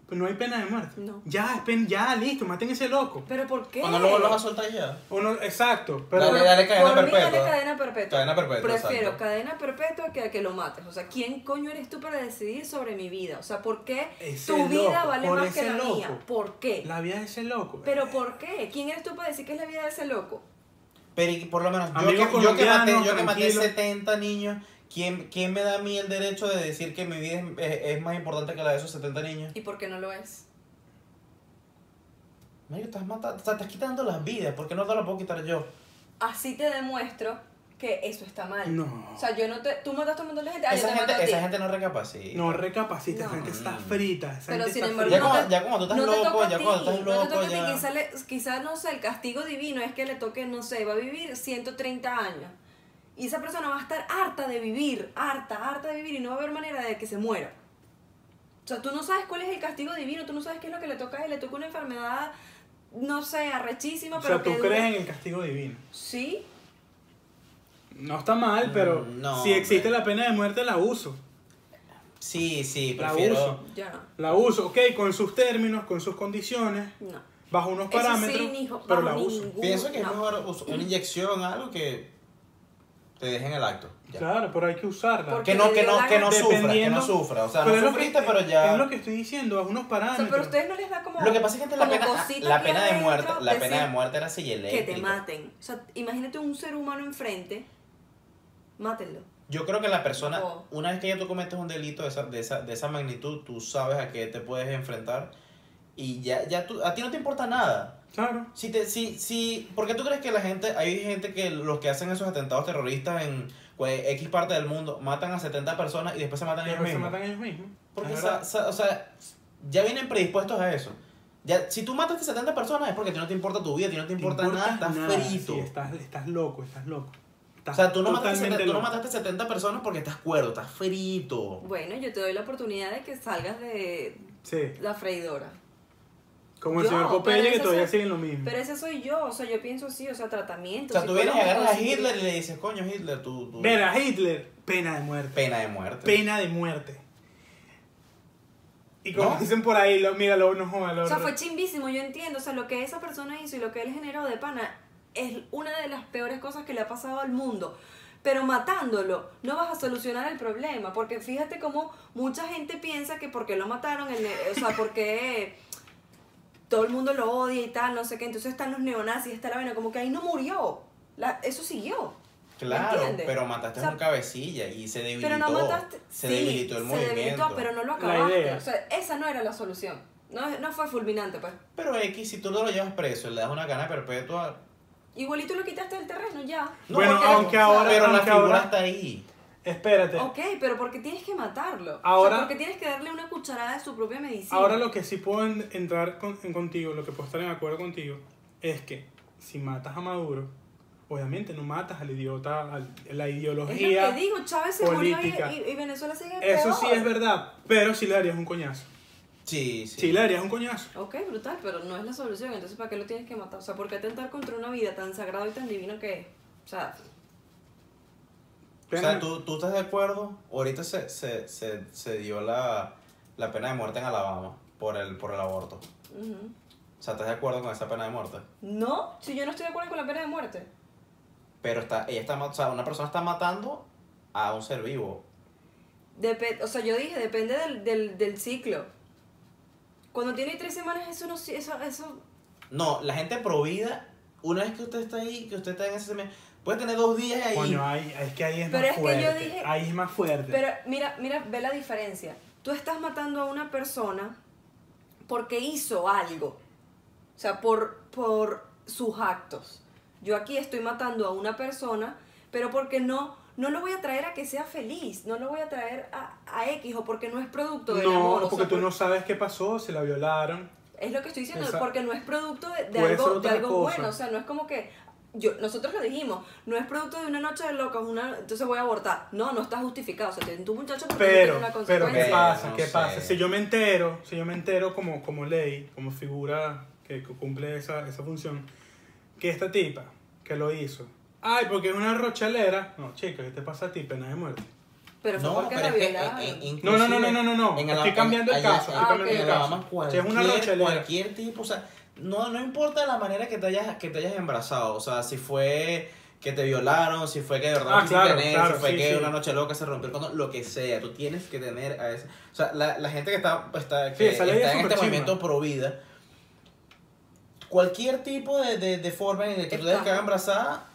C: Pues no hay pena de muerte.
B: No.
C: Ya, es pen- ya, listo, maten ese loco.
B: ¿Pero por qué?
A: Cuando lo vuelvas a soltar ya.
C: O no- exacto. Pero
A: Dale, dale cadena
B: por mí, dale
A: perpetua.
B: cadena perpetua.
A: Cadena perpetua,
B: Prefiero
A: exacto.
B: cadena perpetua que a que lo mates. O sea, ¿quién coño eres tú para decidir sobre mi vida? O sea, ¿por qué
C: Ese
B: tu vida
C: loco,
B: vale
C: por
B: más que
C: ese
B: la
C: loco.
B: mía? ¿Por qué?
C: la vida de ese loco.
B: ¿Pero pues, por qué? ¿Quién eres tú para decir que es la vida de ese loco?
A: Pero y por lo menos yo
C: Amigo
A: que, yo que maté, yo que
C: colombiano,
A: maté
C: tranquilo.
A: 70 niños, ¿quién, ¿quién me da a mí el derecho de decir que mi vida es, es- es más importante que la de esos 70 niños?
B: ¿Y por qué no lo es?
A: Mira, estás matando, o sea, estás quitando las vidas, ¿por qué no te las puedo quitar yo?
B: Así te demuestro que eso está mal.
C: No.
B: O sea, yo no te... Tú mataste a un montón de gente, ah, yo
A: esa
B: te mato a
A: gente,
B: ti.
A: esa gente no recapacita.
C: No recapacita, esa
B: No.
C: gente está frita. esa
B: Pero
C: gente
B: sin
C: está
B: embargo,
A: ya,
C: frita.
B: no
A: cuando,
B: te-
A: ya cuando estás
B: no te
A: loco,
B: toca a
A: ya
B: ti,
A: cuando estás
B: no te
A: loco,
B: toca a ti,
A: ya...
B: quizás, le- quizás, no sé, el castigo divino es que le toque, no sé, va a vivir 130 años. Y esa persona va a estar harta de vivir, harta, harta de vivir y no va a haber manera de que se muera. O sea, tú no sabes cuál es el castigo divino, tú no sabes qué es lo que le toca a él, le toca una enfermedad, no sé, arrechísima,
C: O
B: pero
C: sea, tú
B: que dure-
C: crees en el castigo divino.
B: Sí,
C: No está mal, pero
A: Mm, no,
C: si existe
A: hombre.
C: la pena de muerte, la uso.
A: Sí, sí,
C: La
A: prefiero...
C: uso.
B: ya no.
C: La uso, ok, con sus términos, con sus condiciones,
B: No.
C: bajo unos
B: Eso sí,
C: parámetros,
B: hijo,
C: pero la
B: bajo
C: uso.
B: ningún-
A: Pienso que es
B: no.
A: mejor us- una inyección, algo que te dejen el acto. ya.
C: Claro, pero hay que usarla.
B: Porque
A: Que no, que
B: le dio
A: no,
B: la
A: que no
C: gana.
A: sufra, que no
C: Dependiendo-
A: sufra. O sea,
C: Pero es
A: no
C: lo que-
A: sufriste, pero ya...
C: Es lo que estoy diciendo, bajo unos
B: O sea,
C: parámetros.
B: pero a ustedes no les da como.
A: Lo que pasa es que antes la
B: como
A: pena,
B: cosita
A: la
B: aquí
A: pena de
B: adentro,
A: muerte, la
B: decir,
A: pena de muerte era así
B: que te
A: eléctrica.
B: maten. O sea, imagínate un ser humano enfrente, mátenlo.
A: Yo creo que la persona,
B: Ojo.
A: una vez que ya tú cometes un delito de esa, de esa, de esa magnitud, tú sabes a qué te puedes enfrentar y ya, ya tú, a ti no te importa nada.
C: Claro.
A: Si te, si, si, ¿Por qué tú crees que la gente, hay gente que los que hacen esos atentados terroristas en pues, X parte del mundo, matan a 70 personas y después se matan
C: Pero
A: ellos
C: se
A: mismos?
C: matan ellos mismos.
A: Porque,
C: Es
A: sa-
C: verdad.
A: sa- o sea, ya vienen predispuestos a eso. Ya, si tú mataste 70 personas es porque a ti no te importa tu vida, a ti no te
C: Te
A: importa, nada,
C: importas
A: estás
C: nada,
A: frito.
C: sí, estás, estás loco, estás loco.
A: O
C: Estás
A: sea, tú no, mataste
C: totalmente
A: 70, tú no
C: loco.
A: mataste 70 personas porque estás cuerdo, estás frito.
B: Bueno, yo te doy la oportunidad de que salgas de
C: Sí,
B: la freidora.
C: como el
B: Yo,
C: señor
B: pero
C: Popeye que
B: eso
C: todavía
B: se-
C: siguen lo mismo.
B: Pero ese soy yo, o sea, yo pienso así, o sea,
A: O
B: tratamiento.
A: sea, tú vienes y
B: psicológico,
A: agarras a
B: psiquiátrico.
A: Hitler y le dices, coño, Hitler, tú. tú-
C: Ver a Hitler, pena de muerte.
A: Pena de muerte.
C: Pena de muerte. Y como
A: ¿No?
C: dicen por ahí, lo, mira, lo, no joda, lo-
B: O sea, fue chimbísimo, yo entiendo. O sea, lo que esa persona hizo y lo que él generó de pana es una de las peores cosas que le ha pasado al mundo. Pero matándolo no vas a solucionar el problema. Porque fíjate cómo mucha gente piensa que porque lo mataron, el ne- o sea, porque todo el mundo lo odia y tal, no sé qué. Entonces están los neonazis, está la vaina, como que ahí no murió. La- eso siguió. ¿me
A: Claro,
B: entiendes?
A: pero mataste
B: O sea,
A: a un cabecilla y se debilitó.
B: Pero no mataste.
A: Se
B: sí,
A: debilitó el
B: se
A: movimiento.
B: debilitó, pero no lo
C: La
B: acabaste.
C: idea.
B: O sea, esa no era la solución. No, no fue fulminante, pues.
A: Pero X, si tú no lo llevas preso y le das una cadena perpetua.
B: Igualito lo quitaste del terreno ya.
A: No,
C: Bueno,
A: porque-
C: aunque ahora-
A: Pero la
C: aunque
A: figura
C: ahora-
A: está ahí.
C: Espérate.
B: Ok, pero porque tienes que matarlo.
C: Ahora-
B: O sea, porque tienes que darle una cucharada de su propia medicina.
C: Ahora lo que sí puedo en- entrar con- en contigo, lo que puedo estar en acuerdo contigo, es que si matas a Maduro, obviamente no matas al idiota, al- la
B: es lo
C: ideología.
B: que digo, Chávez se
C: política.
B: murió y- y, y Venezuela sigue
C: Eso
B: peor.
C: sí es verdad, pero si le darías un coñazo.
A: Sí, sí.
C: Sí le darías un coñazo.
B: Ok, brutal, pero no es la solución. Entonces, ¿para qué lo tienes que matar? O sea, ¿por qué atentar contra una vida tan sagrada y tan divina que es? O sea,
A: O sea, ¿tú, tú estás de acuerdo. Ahorita se, se, se, se dio la, la pena de muerte en Alabama por el, por el aborto.
B: ujú.
A: O sea, ¿estás de acuerdo con esa pena de muerte?
B: no, si yo no estoy de acuerdo con la pena de muerte.
A: Pero está, ella está, ma- o sea, una persona está matando a un ser vivo.
B: Depe- o sea, yo dije, depende del, del, del ciclo. Cuando tiene tres semanas, eso no. si- Eso, eso,
A: No, la gente provida, una vez que usted está ahí, que usted está en ese semen, puede tener dos días ahí.
C: Coño, ahí, es que ahí es
B: Pero
C: más
B: es que
C: fuerte.
B: yo dije-
C: Ahí es más fuerte.
B: Pero mira, mira, ve la diferencia. Tú estás matando a una persona porque hizo algo. sea, por, por sus actos. Yo aquí estoy matando a una persona, pero porque no, no lo voy a traer a que sea feliz, no lo voy a traer a, a X, o porque no es producto del
C: No,
B: amor. o sea,
C: porque tú
B: por-
C: no sabes qué pasó, se la violaron.
B: Es lo que estoy diciendo,
C: Esa-
B: porque no es producto de, de
C: Puede ser
B: algo, de
C: otra
B: algo
C: cosa.
B: bueno, o sea, no es como que... Yo, nosotros lo dijimos, no es producto de una noche de locos, una, entonces voy a abortar. No, no está justificado, o sea, ten tu muchacho porque no tiene
C: Pero,
B: una
C: pero
B: consecuencia.
C: ¿qué
A: Pero,
C: pasa?
A: no
C: ¿Qué
A: sé.
C: pasa? Si yo me entero, si yo me entero como, como ley, como figura que cu- cumple esa, esa función, que esta tipa que lo hizo, ay, porque es una rochalera. No, chica, ¿qué te pasa a ti? Pena de muerte.
B: Pero fue porque la
A: es que,
B: violaron.
A: eh, eh,
C: No, no, no, no,
A: inclusive
C: no, no, no.
A: en
C: Estoy
A: Alabama-
C: cambiando el
A: allá-
C: caso, estoy
B: ah,
C: cambiando
B: ok.
A: en
C: el
A: Alabama,
C: caso. Si
A: cualquier,
C: es una rochalera.
A: cualquier tipo, o sea, no, no importa la manera que te hayas, que te hayas embarazado, o sea, si fue que te violaron, si fue que de verdad
C: Ah,
A: no quisiste
C: claro,
A: tener,
C: claro,
A: si fue
C: sí,
A: que
C: sí.
A: una noche loca se rompió el condón, lo que sea, tú tienes que tener a ese, o sea, la, la gente que está, está,
C: Sí,
A: que
C: esa
A: está
C: ley es
A: en este
C: superchimba.
A: movimiento pro vida, cualquier tipo de, de, de forma en el que tú dejes
B: Está.
A: que haga embarazada,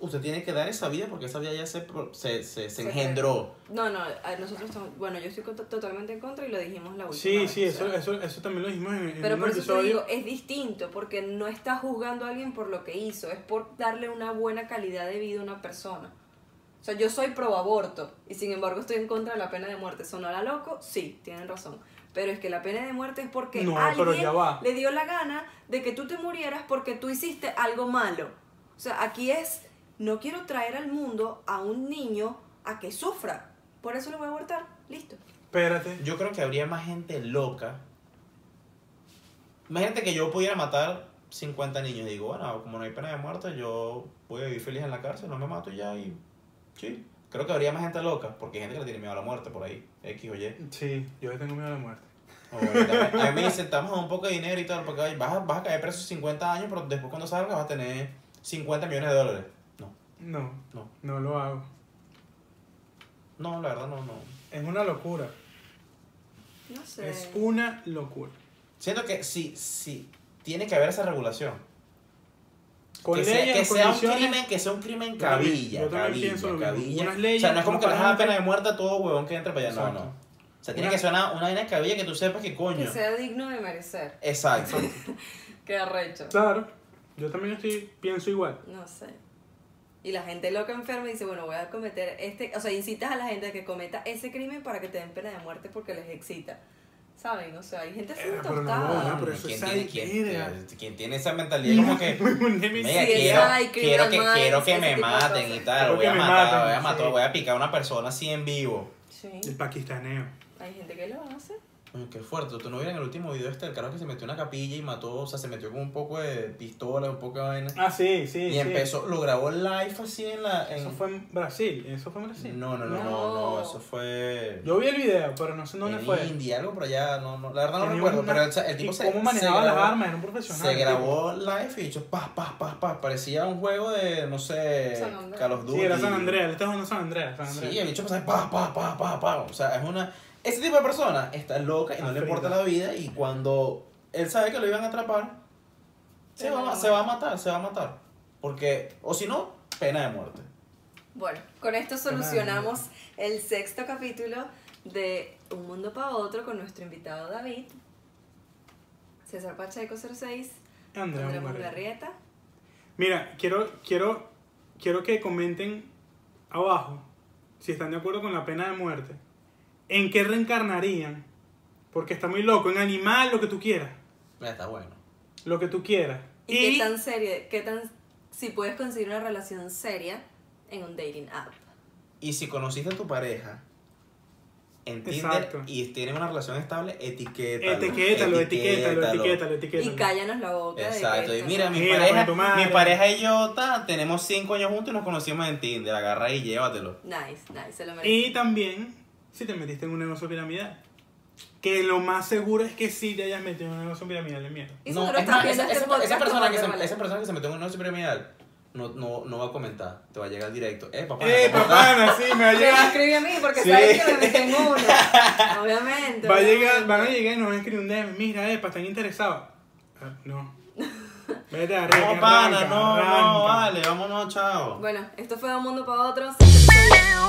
A: usted tiene que dar esa vida porque esa vida ya se, pro- se, se, se
B: Se
A: engendró.
B: No, no, a nosotros estamos. Bueno, yo estoy cont- totalmente en contra y lo dijimos la última.
C: Sí,
B: vez,
C: sí,
B: o sea.
C: eso, eso, eso también lo dijimos en, en
B: Pero
C: un
B: por eso te
C: episodio.
B: digo, es distinto, porque no estás juzgando a alguien por lo que hizo, es por darle una buena calidad de vida a una persona. O sea, yo soy pro aborto y sin embargo estoy en contra de la pena de muerte. ¿Sonará loco? Sí, tienen razón. Pero es que la pena de muerte es porque
C: No,
B: alguien
C: pero ya va.
B: le dio la gana de que tú te murieras porque tú hiciste algo malo. O sea, aquí es, no quiero traer al mundo a un niño a que sufra. Por eso lo voy a abortar. Listo.
C: Espérate.
A: Yo creo que habría más gente loca. Imagínate que yo pudiera matar 50 niños. Digo, bueno, como no hay pena de muerte, yo voy a vivir feliz en la cárcel, no me mato y ya y sí. Creo que habría más gente loca, porque hay gente que le tiene miedo a la muerte por ahí, X o Y.
C: Sí, yo le tengo miedo a la muerte.
A: O ahorita me- a mí me dicen, "Estamos a un poco de dinero y tal, porque ay, vas, a- vas a caer preso 50 años, pero después cuando salgas vas a tener 50 millones de dólares. No,
C: No,
A: No.
C: no lo hago.
A: no, la verdad no, no.
C: Es una locura.
B: No sé.
C: Es una locura.
A: Siento que sí, sí, tiene que haber esa regulación.
C: Con
A: que sea,
C: leyes,
A: que
C: con
A: sea un
C: condiciones,
A: crimen, que sea un crimen
C: Yo también-
A: cabilla,
C: yo también
A: cabilla,
C: pienso lo mismo.
A: cabilla.
C: Unas leyes,
A: o sea, no es como que le
C: unas
A: das la
C: palanca.
A: pena de muerte a todo huevón que entra para allá. No,
C: Exacto.
A: no. O sea, tiene
C: Una-
A: que ser una, una vaina de cabilla que tú sepas que
B: Que
A: coño.
B: sea digno de merecer.
A: Exacto.
B: Qué arrecho.
C: Claro, yo también estoy, pienso igual.
B: No sé. Y la gente loca enferma dice, bueno, voy a cometer este, o sea, incitas a la gente a que cometa ese crimen para que te den pena de muerte porque les excita. ¿Saben? O sea, hay gente así
C: Eh, pero no,
B: tostada.
C: no, pero eso
A: Ah, ¿Quién
C: es
A: tiene, quién,
C: sadiquera.
A: quién tiene esa mentalidad como que
C: Un
A: "Mira,
C: homicidio.
B: Sí,
A: quiero,
B: ay,
A: quiero
B: criminal
A: que
B: minds,
A: quiero que
B: ese
A: me
B: tipo de
A: maten
B: cosas.
A: y tal,
C: Quiero
A: voy a
C: que me
A: matar,
C: maten,
A: voy a matar,
C: sí.
A: voy a picar a una persona así en vivo.
B: Sí,
C: El paquistaneo.
B: hay gente que lo hace.
A: Coño, Qué fuerte, tú no vieron el último video este, el carajo que se metió en una capilla y mató, o sea, se metió con un poco de pistola, un poco de vaina.
C: Ah, sí, sí.
A: y
C: sí.
A: empezó, lo grabó live así en la... en-
C: Eso fue en Brasil. Eso fue en Brasil.
A: No, no, no, no,
B: No.
A: no, eso fue.
C: Ah, Yo vi el video, pero no sé dónde
A: en
C: fue.
A: India, algo por allá, no, no, la verdad no
C: Tenía
A: recuerdo,
C: una-
A: pero o sea, el tipo
C: y
A: se.
C: ¿Cómo
A: se
C: manejaba
A: grabó-
C: las armas? Era un profesional.
A: Se
C: el tipo.
A: grabó live y dicho, pa, pa, pa, pa, parecía un juego de, no sé,
B: San Andreas.
A: Carlos Duty.
C: Sí, era San Andrea. Él está jugando San Andrea. San
A: Sí,
C: Andrea.
A: el bicho pasaba pa, pa, pa, pa, pa, o sea, es una. Ese tipo de persona está loca y no le
C: Afrita.
A: importa la vida y cuando él sabe que lo iban a atrapar, se
B: Pena
A: va,
B: de
A: se va a matar, se va a matar. Porque, o si no, pena de muerte.
B: Bueno, con esto solucionamos el sexto capítulo de Un Mundo para Otro con nuestro invitado David, César Pacheco 06,
C: Andrea Mugarrieta.
B: Andrea Murgarrieta.
C: Mira, quiero, quiero, quiero que comenten abajo si están de acuerdo con la pena de muerte. ¿En qué reencarnarían? Porque está muy loco. En animal, lo que tú quieras.
A: Mira, Está bueno.
C: Lo que tú quieras.
B: ¿Y, qué tan seria, qué tan, si puedes conseguir una relación seria en un dating app?
A: Y si conociste a tu pareja en Tinder
C: Exacto.
A: y tienen una relación estable, etiquétalo.
C: Etiquétalo, etiquétalo, etiquétalo,
B: Y
C: etiquétalo.
B: cállanos la boca.
A: Exacto.
B: De
A: Y
B: que
A: mira, mi
C: Mira,
A: pareja,
C: coño, tu madre.
A: mi pareja y yo ta, tenemos cinco años juntos y nos conocimos en Tinder. Agarra y llévatelo.
B: Nice, nice, se lo merece.
C: Y también, si te metiste en un negocio piramidal. Que lo más seguro es que sí te hayas metido en un negocio piramidal de mierda.
B: Y seguro
A: es
B: estás
A: más,
B: viendo
A: esa,
B: este
A: esa-
B: podcast
A: esa persona que
B: tomando
A: se,
B: mala.
A: esa persona que se metió en un negocio piramidal no, no, no va a comentar. Te va a llegar directo. Eh, papá.
C: ¡Eh,
A: ¿cómo estás?
C: papá! Sí, me va a
B: Me va a
C: llegar.
B: escribir a mí porque
A: Sí.
B: sabe que me metí en uno. Obviamente.
C: Va a
B: obviamente.
C: llegar, van a llegar y nos van a escribir un DM. Mira, Epa, ¿están interesados? Ah, no. Vete a
A: No, pana, no, no, vale, vámonos, chao.
B: Bueno, esto fue de un mundo para otro.